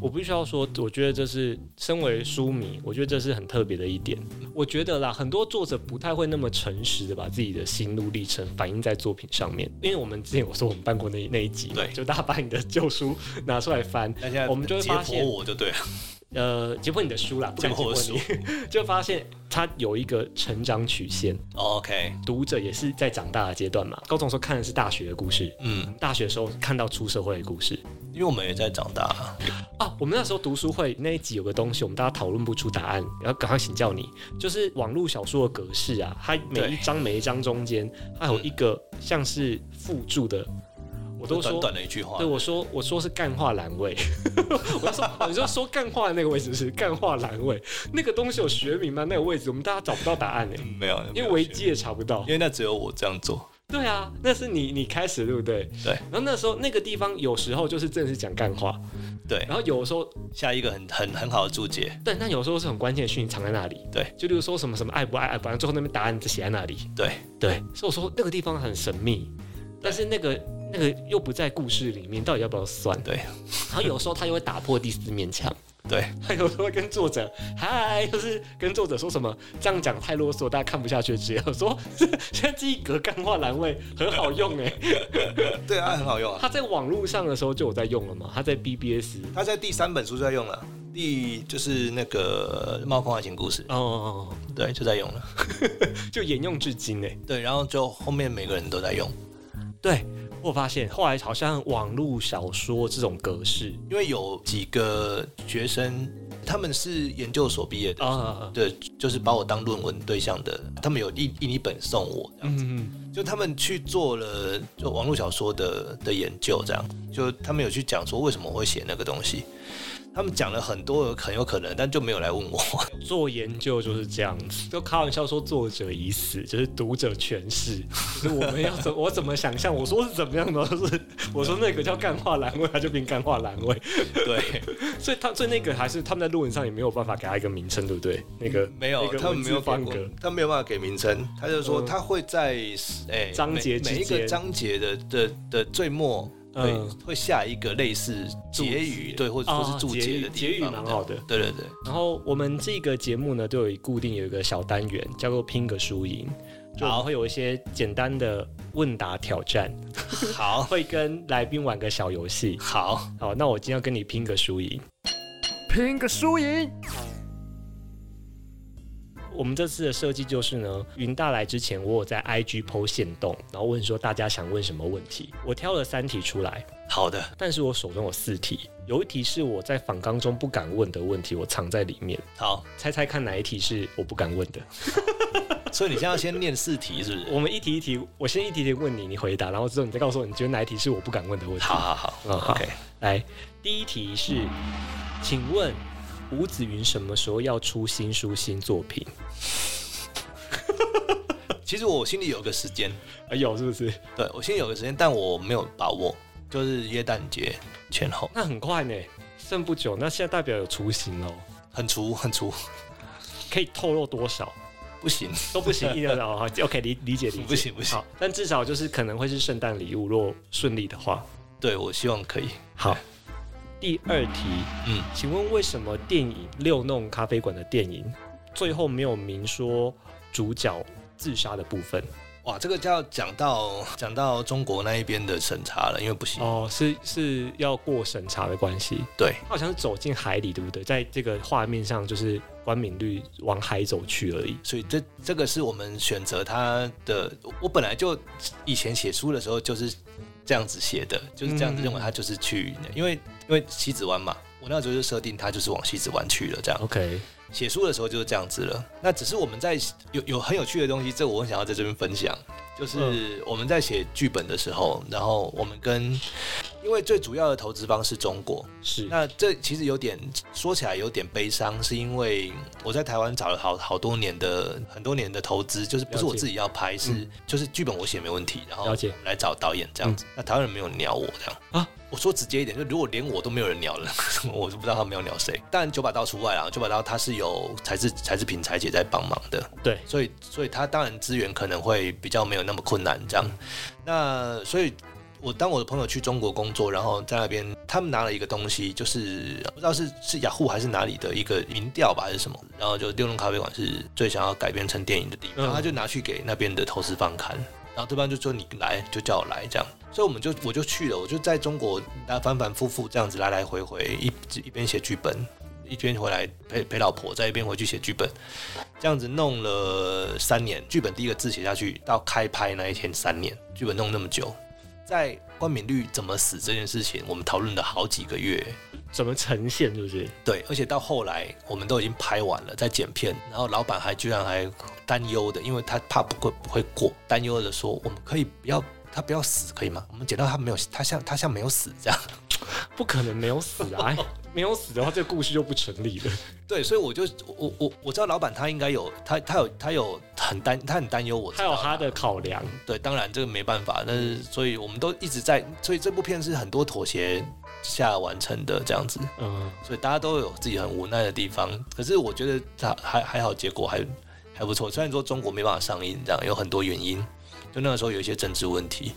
A: 我必须要说，我觉得这是身为书迷，我觉得这是很特别的一点。我觉得啦，很多作者不太会那么诚实的把自己的心路历程反映在作品上面，因为我们之前我说我们办过那那一集嘛，
B: 对
A: 就大家把你的旧书拿出来翻，
B: 那现在
A: 我们就会
B: 解
A: 发
B: 剖
A: 现，
B: 我就对了，
A: 呃，结果你的书啦，不敢
B: 解剖 *laughs* 我的
A: 解剖你，就发现它有一个成长曲线，
B: 哦 OK，
A: 读者也是在长大的阶段嘛。高中的时候看的是大学的故事，
B: 嗯，
A: 大学的时候看到出社会的故事，
B: 因为我们也在长大啊，
A: 啊，我们那时候读书会那一集有个东西，我们大家讨论不出答案，然后赶快请教你，就是网络小说的格式啊，它每一
B: 对
A: 章每一章中间，它有一个像是附注的，我都
B: 短
A: 说。
B: 短的一句话
A: 对，，我说我说是干话栏
B: *laughs*
A: 位，我就说哦你说说干话的那个位置是干话栏位，那个东西有学名吗？那个位置我们大家找不到答案哎、
B: 嗯 *laughs* 没有，没
A: 因
B: 有
A: 为维基也查不到
B: 因。为那只有我这样做，
A: 对啊，那是你你开始对不对？
B: 对
A: 然后那时候那个地方有时候就是正是讲干话，
B: 对
A: 然后有时候
B: 下一个很很很好的注解，
A: 对，但有时候是很关键的讯息藏在那里。
B: 对，
A: 就例如说什么什么爱不爱，爱不爱，最后那边答案就写在那里。
B: 对，
A: 对，所以我说那个地方很神秘，但是那个那个又不在故事里面，到底要不要算？ *laughs*
B: 对，
A: 然后有时候他又会打破第四面墙，
B: 对，
A: 还有说跟作者嗨，就是跟作者说什么这样讲太啰嗦，大家看不下去，只有说 *laughs* 这现在这一格干化栏位很好用哎、
B: 对啊，很好用啊。
A: *laughs* 他在网络上的时候就有在用了嘛，他在 BBS
B: 他在第三本书就在用了，第就是那个《猫空爱情故事》，
A: 哦，
B: 对，就在用了。
A: 就沿用至今哎、
B: 对，然后就后面每个人都在用，
A: 对我发现后来好像网络小说这种格式
B: 因为有几个学生他们是研究所毕业的。
A: 啊，
B: 对，就是把我当论文对象的，他们有印印一本送我，这样
A: 嗯，
B: 就他们去做了就网络小说的的研究，这样就他们有去讲说为什么我会写那个东西，他们讲了很多很有可能，但就没有来问
A: *laughs*
B: 我。
A: 做研究就是这样子，就开玩笑说作者已死，就是读者全
B: *laughs*
A: 是，就是我们要怎我怎么想象，我说是怎么样的，是我说那个叫干化栏位，它就变干化栏位，
B: 对，
A: 所以他所以那个还是他们在论文上也没有办法给他一个名称，对不对？那个
B: 嗯没有
A: 那，个
B: 他们
A: 文
B: 没
A: 字
B: 有
A: 方
B: 给
A: 格
B: 过，他没有办法给名称，他就说
A: 嗯
B: 他会在诶、
A: 章节
B: 每
A: 之
B: 每一个
A: 间
B: 章节的的的最末。会、
A: 嗯
B: 会下一个类似
A: 注
B: 结
A: 解
B: 语，对，或者
A: 啊
B: 说是注
A: 结
B: 解
A: 语
B: 的
A: 结
B: 地
A: 语
B: 方，
A: 蛮好的
B: 对对对，
A: 然后我们这个节目呢，都有固定有一个小单元，叫做拼个输赢，就我们
B: 好
A: 会有一些简单的问答挑战，
B: 对好
A: 会跟来宾玩个小游戏。
B: 好，
A: 好，那我今天要跟你拼个输赢。
D: 拼个输赢。
A: 我们这次的设计就是呢，云大来之前，我有在 IG 剖线动，然后问说大家想问什么问题。我挑了三题出来，
B: 好的，
A: 但是我手中有四题，有一题是我在访纲中不敢问的问题，我藏在里面。
B: 好，
A: 猜猜看哪一题是我不敢问的？
B: 所以你现在要先念四题，是不是？
A: 我们一题一题，我先一题一题问你，你回答，然后之后你再告诉我，你觉得哪一题是我不敢问的问题。
B: *laughs* 好好哦好，
A: 嗯，好
B: OK
A: 来，第一题是，请问吴子云什么时候要出新书新作品？
B: 其实我心里有个时间，
A: 啊，有是不是？
B: 对我心里有个时间，但我没有把握，就是耶诞节前后，
A: 那很快呢，剩不久，那现在代表有雏形喽，
B: 很粗很粗，
A: 可以透露多少
B: 不行
A: 都不行，一
B: *laughs*
A: 定要好 OK，理理解理解，
B: 不行不行
A: 好，但至少就是可能会是圣诞礼物，若顺利的话。
B: 对我希望可以，
A: 好，第二题，
B: 嗯，
A: 请问为什么电影《六弄咖啡馆》的电影最后没有明说主角自杀的部分？
B: 哇，这个就要讲到讲到中国那一边的审查了，因为不行，
A: 哦，是是要过审查的关系，
B: 对
A: 他好像是走进海里，对不对？在这个画面上，就是关敏律往海走去而已。
B: 所以这这个是我们选择他的，我本来就以前写书的时候就是这样子写的，就是这样子认为他就是去，因为因为西子湾嘛，我那时候就设定他就是往西子湾去了这样。
A: OK，
B: 写书的时候就是这样子了。那只是我们在有有很有趣的东西，这我很想要在这边分享，就是我们在写剧本的时候，然后我们跟因为最主要的投资方是中国，
A: 是
B: 那这其实有点说起来有点悲伤，是因为我在台湾找了好好多年的很多年的投资，就是不是我
A: 了解嗯
B: 自己要拍，是就是剧本我写没问题，然后
A: 了解嗯
B: 来找导演这样子。那台湾人没有鸟我这样
A: 啊？
B: 我说直接一点，就如果连我都没有人鸟了， *laughs* 我就不知道他们要鸟谁。但九把刀除外啦，九把刀他是有才是才是品裁姐在帮忙的，
A: 对
B: 所以所以他当然资源可能会比较没有那么困难这样。那所以我当我的朋友去中国工作，然后在那边，他们拿了一个东西，就是不知道是是雅虎还是哪里的一个民调吧，还是什么，然后就六弄咖啡馆是最想要改编成电影的地方，
A: 嗯
B: 然后他就拿去给那边的投资方看，然后对方就说你来，就叫我来这样，所以我们就我就去了，我就在中国那反反复复这样子来来回回，一一边写剧本，一边回来陪陪老婆，再一边回去写剧本，这样子弄了三年，剧本第一个字写下去到开拍那一天三年，剧本弄那么久，在关敏律怎么死这件事情，我们讨论了好几个月。
A: 怎么呈现，是不是？
B: 对，而且到后来我们都已经拍完了，在剪片，然后老板还居然还担忧的，因为他怕不会不会过，担忧的说我们可以不要他不要死可以吗？我们剪到他没有，他像他像没有死这样。
A: 不可能没有死 *laughs* 啊！哎没有死的话，这个故事就不成立了。
B: 对，所以我就我我我知道老板他应该有他他有他有很担他很担忧我知
A: 他
B: 道，
A: 有他的考量，
B: 对，当然这个没办法，但是所以我们都一直在，所以这部片是很多妥协下完成的这样子，
A: 嗯，
B: 所以大家都有自己很无奈的地方。可是我觉得它还还好，结果还还不错。虽然说中国没办法上映，这样有很多原因，就那个时候有一些政治问题，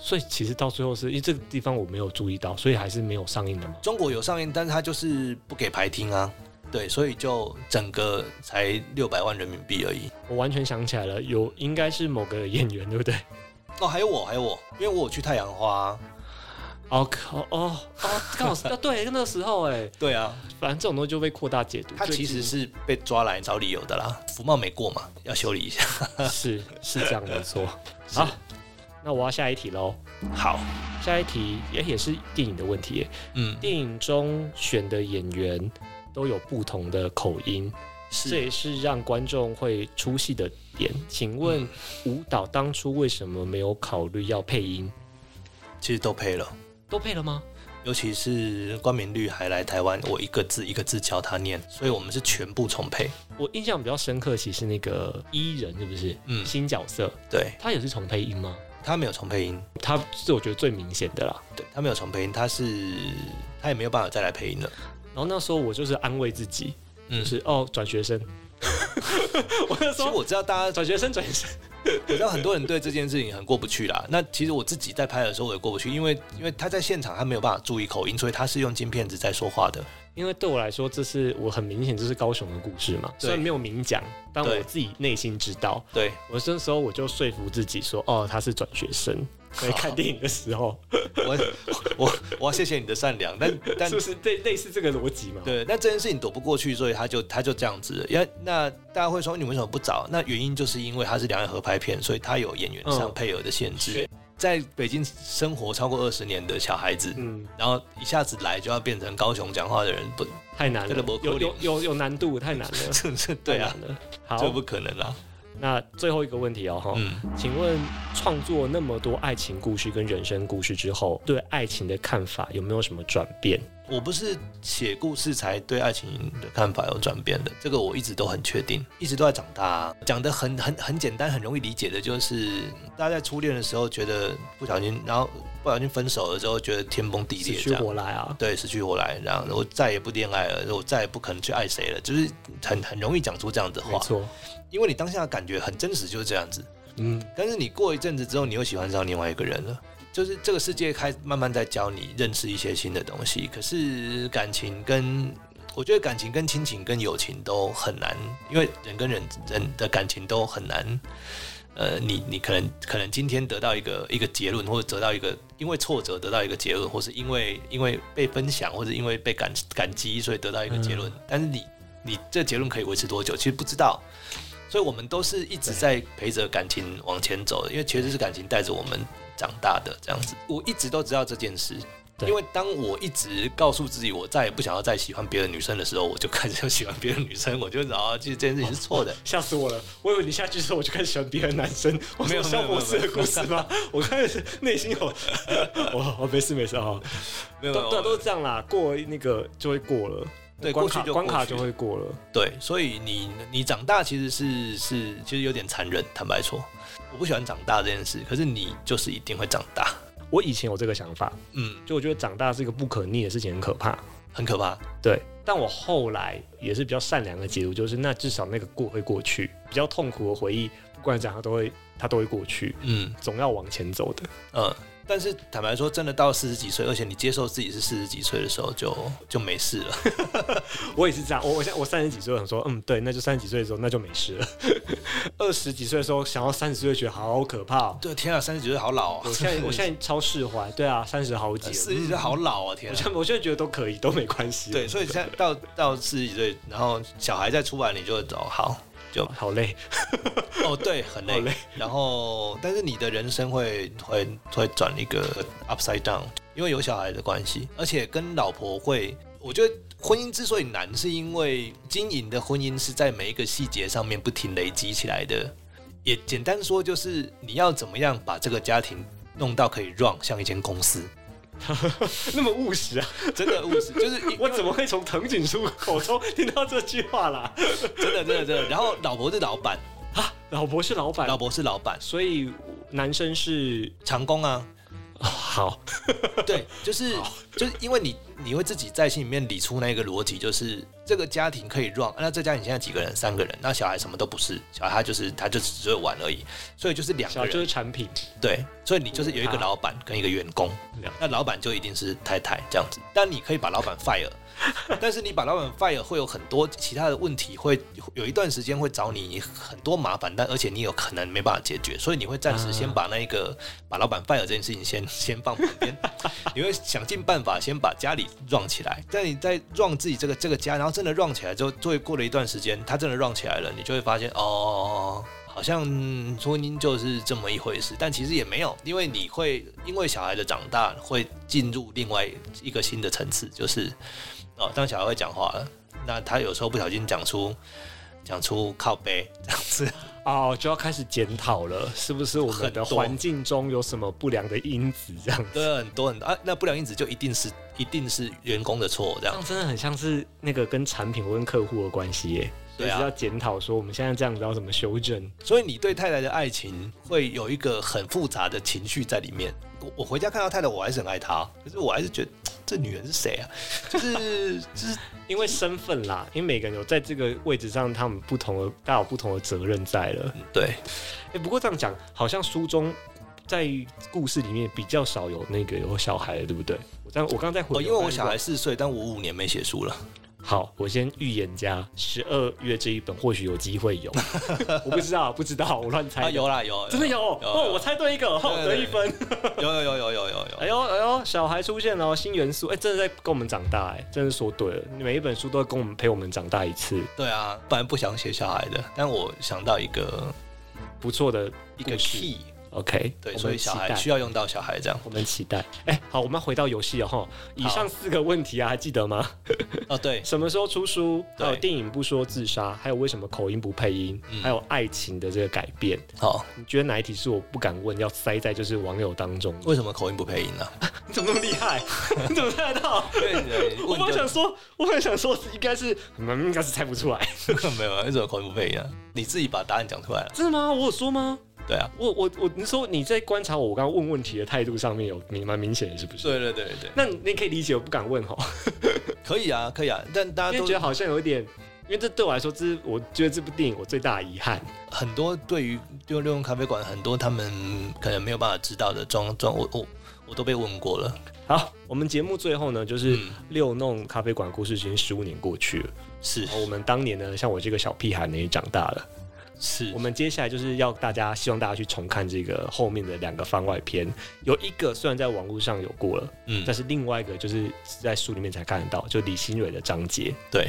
A: 所以其实到最后是因为这个地方我没有注意到，所以还是没有上映的嘛。
B: 中国有上映，但是它就是不给排厅啊。对，所以就整个才六百万人民币而已。
A: 我完全想起来了，有应该是某个演员，对不对？
B: 哦，还有我，还有我，因为我有去太阳花啊、
A: 哦靠哦哦，刚好是对那个时候哎，
B: 对啊，
A: 反正这种东西就被扩大解读。
B: 他
A: 所以
B: 其实是被抓来找理由的啦。服贸没过嘛，要修理一下。
A: *laughs* 是是这样没错。好，那我要下一题喽。
B: 好，
A: 下一题也也是电影的问题耶，
B: 嗯，
A: 电影中选的演员都有不同的口音，这
B: 是
A: 也是让观众会出戏的点。请问舞蹈当初为什么没有考虑要配音？
B: 其实都配了，
A: 都配了吗？
B: 尤其是关明律还来台湾，我一个字一个字教他念，所以我们是全部重配。
A: 我印象比较深刻，其实那个伊人是不是？
B: 嗯
A: 新角色，
B: 对
A: 他也是重配音吗？
B: 他没有重配音，
A: 他是我觉得最明显的啦。
B: 对他没有重配音，他是他也没有办法再来配音了。
A: 然后那时候我就是安慰自己，
B: 嗯
A: 就是哦，转学生。我那时
B: 其实
A: 候
B: 我知道大家
A: 转学生转学生，
B: 我知道很多人对这件事情很过不去啦。那其实我自己在拍的时候我也过不去，因为因为他在现场他没有办法注意口音，所以他是用金片子在说话的。
A: 因为对我来说，这是我很明显这是高雄的故事嘛，
B: 对
A: 虽然没有明讲，但
B: 对
A: 我自己内心知道。
B: 对，
A: 我那时候我就说服自己说，哦，他是转学生。在看电影的时候，
B: 我我我要谢谢你的善良，但 *laughs* 但
A: 是不是类 *laughs* 类似这个逻辑嘛？，
B: 对，那这件事情躲不过去，所以他就他就这样子了。要那大家会说你为什么不找？那原因就是因为它是两岸合拍片，所以它有演员上
A: 嗯
B: 配额的限制。在北京生活超过二十年的小孩子，
A: 嗯，
B: 然后一下子来就要变成高雄讲话的人，不， *laughs*
A: 太难
B: 这个
A: 了
B: 不，可
A: 有
B: 能
A: 有有有难度，太难了，
B: 这这 *laughs* 对啊
A: 太，难了。
B: 这
A: 好
B: 不，可能啦。
A: 那最后一个问题哦，哈，
B: 嗯，
A: 请问创作那么多爱情故事跟人生故事之后，对爱情的看法有没有什么转变？
B: 我不是写故事才对爱情的看法有转变的，这个我一直都很确定，一直都在长大、啊讲的很很很简单，很容易理解的，就是大家在初恋的时候觉得不小心，然后不小心分手了之后，觉得天崩地
A: 死
B: 裂
A: 去
B: 这样。
A: 活来啊！
B: 对，死去活来，然后我再也不恋爱了，我再也不可能去爱谁了，就是很很容易讲出这样的
A: 没
B: 话，
A: 错，
B: 因为你当下的感觉很真实，就是这样子。
A: 嗯，
B: 但是你过一阵子之后，你又喜欢上另外一个人了。就是这个世界开慢慢在教你认识一些新的东西，可是感情跟我觉得感情跟亲情跟友情都很难，因为人跟人人的感情都很难。呃，你你可能可能今天得到一个一个结论，或者得到一个因为挫折得到一个结论，或是因为因为被分享，或者因为被感感激，所以得到一个结论。但是你你这结论可以维持多久？其实不知道。所以我们都是一直在陪着感情往前走的，因为确实是感情带着我们长大的这样子。我一直都知道这件事。
A: 对
B: 因为当我一直告诉自己我再也不想要再喜欢别的女生的时候，我就开始喜欢别的女生， *laughs* 我就知道其实这件事情是错的。
A: 吓死我了！我以为你下去之后我就开始喜欢别的男生，我
B: 没有
A: 说肖
B: 没有
A: 博士的故事吗？ *laughs* 我开始内心有， *laughs* 我我没事没事啊，
B: 没有没
A: 都对
B: 有
A: 都是这样啦，过那个就会过了，
B: 对
A: 关
B: 过去
A: 卡
B: 就
A: 关卡
B: 过去
A: 就会过了，
B: 对，所以你你长大其实是是其实有点残忍，坦白说，我不喜欢长大这件事，可是你就是一定会长大，
A: 我以前有这个想法，
B: 嗯，
A: 就我觉得长大是一个不可逆的事情，很可怕。
B: 很可怕。
A: 对，但我后来也是比较善良的解读，就是那至少那个过会过去，比较痛苦的回忆，不管怎样它都会它都会过去，
B: 嗯
A: 总要往前走的。
B: 嗯，但是坦白说，真的到四十几岁，而且你接受自己是四十几岁的时候就，就没事了。 *laughs*
A: 我也是这样，我我现在我三十几岁，我想说，嗯，对，那就三十几岁的时候那就没事了。 *laughs* 二十几岁的时候想要三十岁，觉得好可怕、哦。
B: 对，天啊，三十几岁好老啊！
A: 我现
B: *laughs*
A: 在我现在超释怀，对啊，三十好几
B: 四十
A: 了。
B: 几岁好老呃啊，天
A: 我
B: 啊
A: 现！在我现在觉得都可以，都没关系。
B: 对，所以现在到到四十几岁，然后小孩再出来，你就走好。就
A: 好累，
B: 哦，对， *laughs* 很累。
A: 好累 *laughs*
B: 然后，但是你的人生会会会转一个 upside down，因为有小孩的关系，而且跟老婆会，我觉得婚姻之所以难，是因为经营的婚姻是在每一个细节上面不停累积起来的。也简单说，就是你要怎么样把这个家庭弄到可以 run 像一间公司，
A: 那么务实啊！
B: 真的务实，就是 *laughs* 因为
A: 我怎么会从藤井树口中听到这句话
B: *laughs*
A: 啦？啊
B: 真的真的真的。然后老婆是老板，
A: 老婆是老板，
B: 啊老婆是老板，
A: 所以男生是
B: 长工
A: *laughs*
B: 啊，
A: 好，哦
B: 对，就是就是因为你你会自己在心里面理出那个逻辑，就是这个家庭可以 run，那啊这家庭现在几个人？三个人，那小孩什么都不是，小孩他就是他就只会玩而已，所以就是两
A: 小
B: 个
A: 孩就是啊
B: 人，
A: 产品，
B: 对，所以你就是有一个老板跟一个员工
A: 了，
B: 那老板就一定是太太这样子，但你可以把老板 fire。但是你把老板 fire 会有很多其他的问题，会有一段时间会找你很多麻烦，但而且你有可能没办法解决，所以你会暂时先把那个把老板 fire 这件事情先先放旁边， *laughs* 你会想尽办法先把家里 run 起来。但你在 run 自己这个这个家，然后真的 run 起来之后，作为过了一段时间，它真的 run 起来了，你就会发现哦。好像嗯婚姻就是这么一回事，但其实也没有，因为你会因为小孩的长大会进入另外一个新的层次，就是哦，当小孩会讲话了，那他有时候不小心讲出讲出靠背这样
A: *laughs*
B: 子，
A: 哦，就要开始检讨了，是不是我们
B: 很
A: 的
B: 多
A: 环境中有什么不良的因子？这样子，
B: 对，很多很多啊，那不良因子就一定是一定是员工的错这
A: 这
B: 样
A: 样，真的很像是那个跟产品或跟客户的关系耶。所以
B: 对啊
A: 是要检讨说我们现在这样子要怎么修正？
B: 所以你对太太的爱情会有一个很复杂的情绪在里面。我我回家看到太太，我还是很爱她，可是我还是觉得这女人是谁啊？
A: *laughs*
B: 就是就是
A: 因为身份啦，因为每个人有在这个位置上，他们不同的，大家有不同的责任在了。
B: 对，
A: 哎、不过这样讲，好像书中在故事里面比较少有那个有小孩的，对不对？我这样，我刚刚在回、
B: 哦，因为我小孩四岁，但我五年没写书了。
A: 好，我先预言家，十二月这一本或许有机会
B: *laughs*
A: 有，我不知道，不知道，我乱猜的、
B: 啊，有啦有，有
A: 哎真的有哦，
B: 有
A: 我猜对一个，哦，
B: 对
A: 得
B: 对
A: 一分。
B: 有有有有有有
A: 哎
B: 有。
A: 呦哎呦，小孩出现了哦新元素，哎、真的在跟我们长大，哎，真的说对了，每一本书都会跟我们陪我们长大一次，
B: 对啊，本来不想写小孩的，但我想到一个
A: 不错的
B: 一个
A: 故事
B: key，
A: OK，我
B: 对，
A: 们
B: 所以小
A: 期
B: 孩
A: 待
B: 需要用到小孩
A: *laughs*
B: 这样。
A: 我们期待。哎、好，我们要回到游戏了哈。以上四个问题啊，还记得
B: *laughs*
A: 吗？
B: 哦，对，
A: 什么时候出书？还
B: 对嗯
A: 有电影不说自杀，还有为什么口音不配音，还有爱情的这个改变。
B: 好，
A: 你觉得哪一题是我不敢问，要塞在就是网友当中？
B: 为什么口音不配音呢、
A: 你怎么那么厉害？ *laughs* 你怎么猜得到？
B: 因 *laughs* 为你的
A: 我
B: 问
A: 本来想
B: 就
A: 说，我本来想说应该是，嗯应该是猜不出来。
B: *laughs* 没有，为什么口音不配音啊？你自己把答案讲出来了。
A: 真的吗？我有说吗？
B: 对啊，
A: 我我我，你说你在观察我，我刚刚问问题的态度上面有明蛮明显的，是不是？
B: 对对对对，
A: 那你你可以理解我不敢问哈。
B: 可以啊，可以啊，但大家
A: 因为
B: 都
A: 觉得好像有一点，因为这对我来说，这是我觉得这部电影我最大的遗憾。
B: 很多对于六六用咖啡馆很多他们可能没有办法知道的装装，我我我都被问过了，
A: 好，我们节目最后呢，就是
B: 嗯
A: 六弄咖啡馆故事已经十五年过去了。
B: 是
A: 哦然后我们当年呢，像我这个小屁孩呢，也长大了。
B: 是
A: 我，们接下来就是要大家，希望大家去重看这个后面的两个番外篇。有一个虽然在网络上有过了，
B: 嗯
A: 但，是另外一个就是在书里面才看得到，就李新蕊的章节。
B: 对，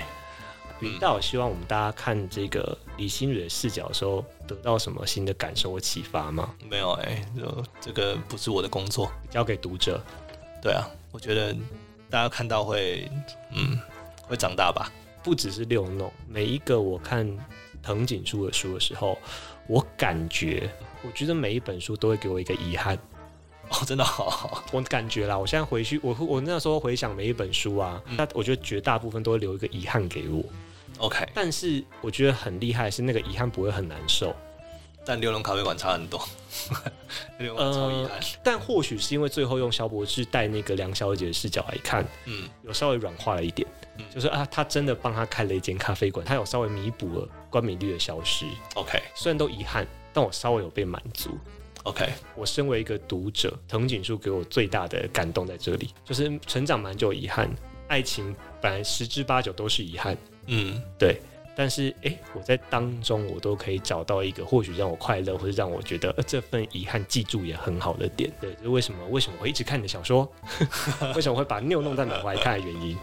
A: 嗯，但我希望我们大家看这个李新蕊的视角的时候，得到什么新的感受或启发吗？
B: 没有哎、就这个不是我的工作，
A: 交给读者。
B: 对啊，我觉得大家看到会，嗯，会长大吧，
A: 不只是六弄，每一个我看藤井树的书的时候，我感觉，我觉得每一本书都会给我一个遗憾。
B: 哦，真的好好，
A: 我感觉啦，我现在回去，我我那时候回想每一本书啊，那我觉得绝大部分都会留一个遗憾给我。
B: OK，
A: 但是我觉得很厉害的是那个遗憾不会很难受，
B: 但六龙咖啡馆差很多， *laughs* 六龙超遗憾，
A: 但或许是因为最后用萧伯志带那个梁小姐的视角来看，
B: 嗯，
A: 有稍微软化了一点，就是啊，他真的帮他开了一间咖啡馆，他有稍微弥补了关敏律的消失，
B: OK
A: 虽然都遗憾，但我稍微有被满足。
B: OK，
A: 我身为一个读者，藤井树给我最大的感动在这里，就是成长蛮就有遗憾，爱情本来十之八九都是遗憾，
B: 嗯，
A: 对。但是，诶，我在当中我都可以找到一个或许让我快乐，或者让我觉得、呃、这份遗憾记住也很好的点。对，就是为什么为什么我会一直看你的小说， *laughs* 为什么会把六弄在脑海看的原因。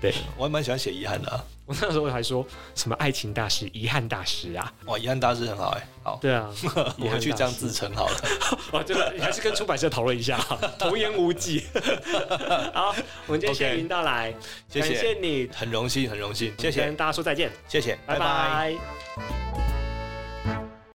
A: 对
B: 我还蛮喜欢写遗憾的、啊，
A: 我那时候还说什么爱情大师、遗憾大师啊，
B: 哇，遗憾大师很好哎、好，
A: 对啊，遗
B: *laughs* 我
A: 憾
B: 回去
A: 大
B: 这样
A: 师
B: 自称好了，
A: 哦，真的，你还是跟出版社讨论一下，童言无忌。好，我们今天谢谢
B: OK
A: 云到来，
B: 谢谢
A: 感谢你，
B: 很荣幸，很荣幸，谢
A: 我们
B: 谢
A: 跟，大家说再见，
B: 谢谢，
A: 拜
B: 拜拜
A: 拜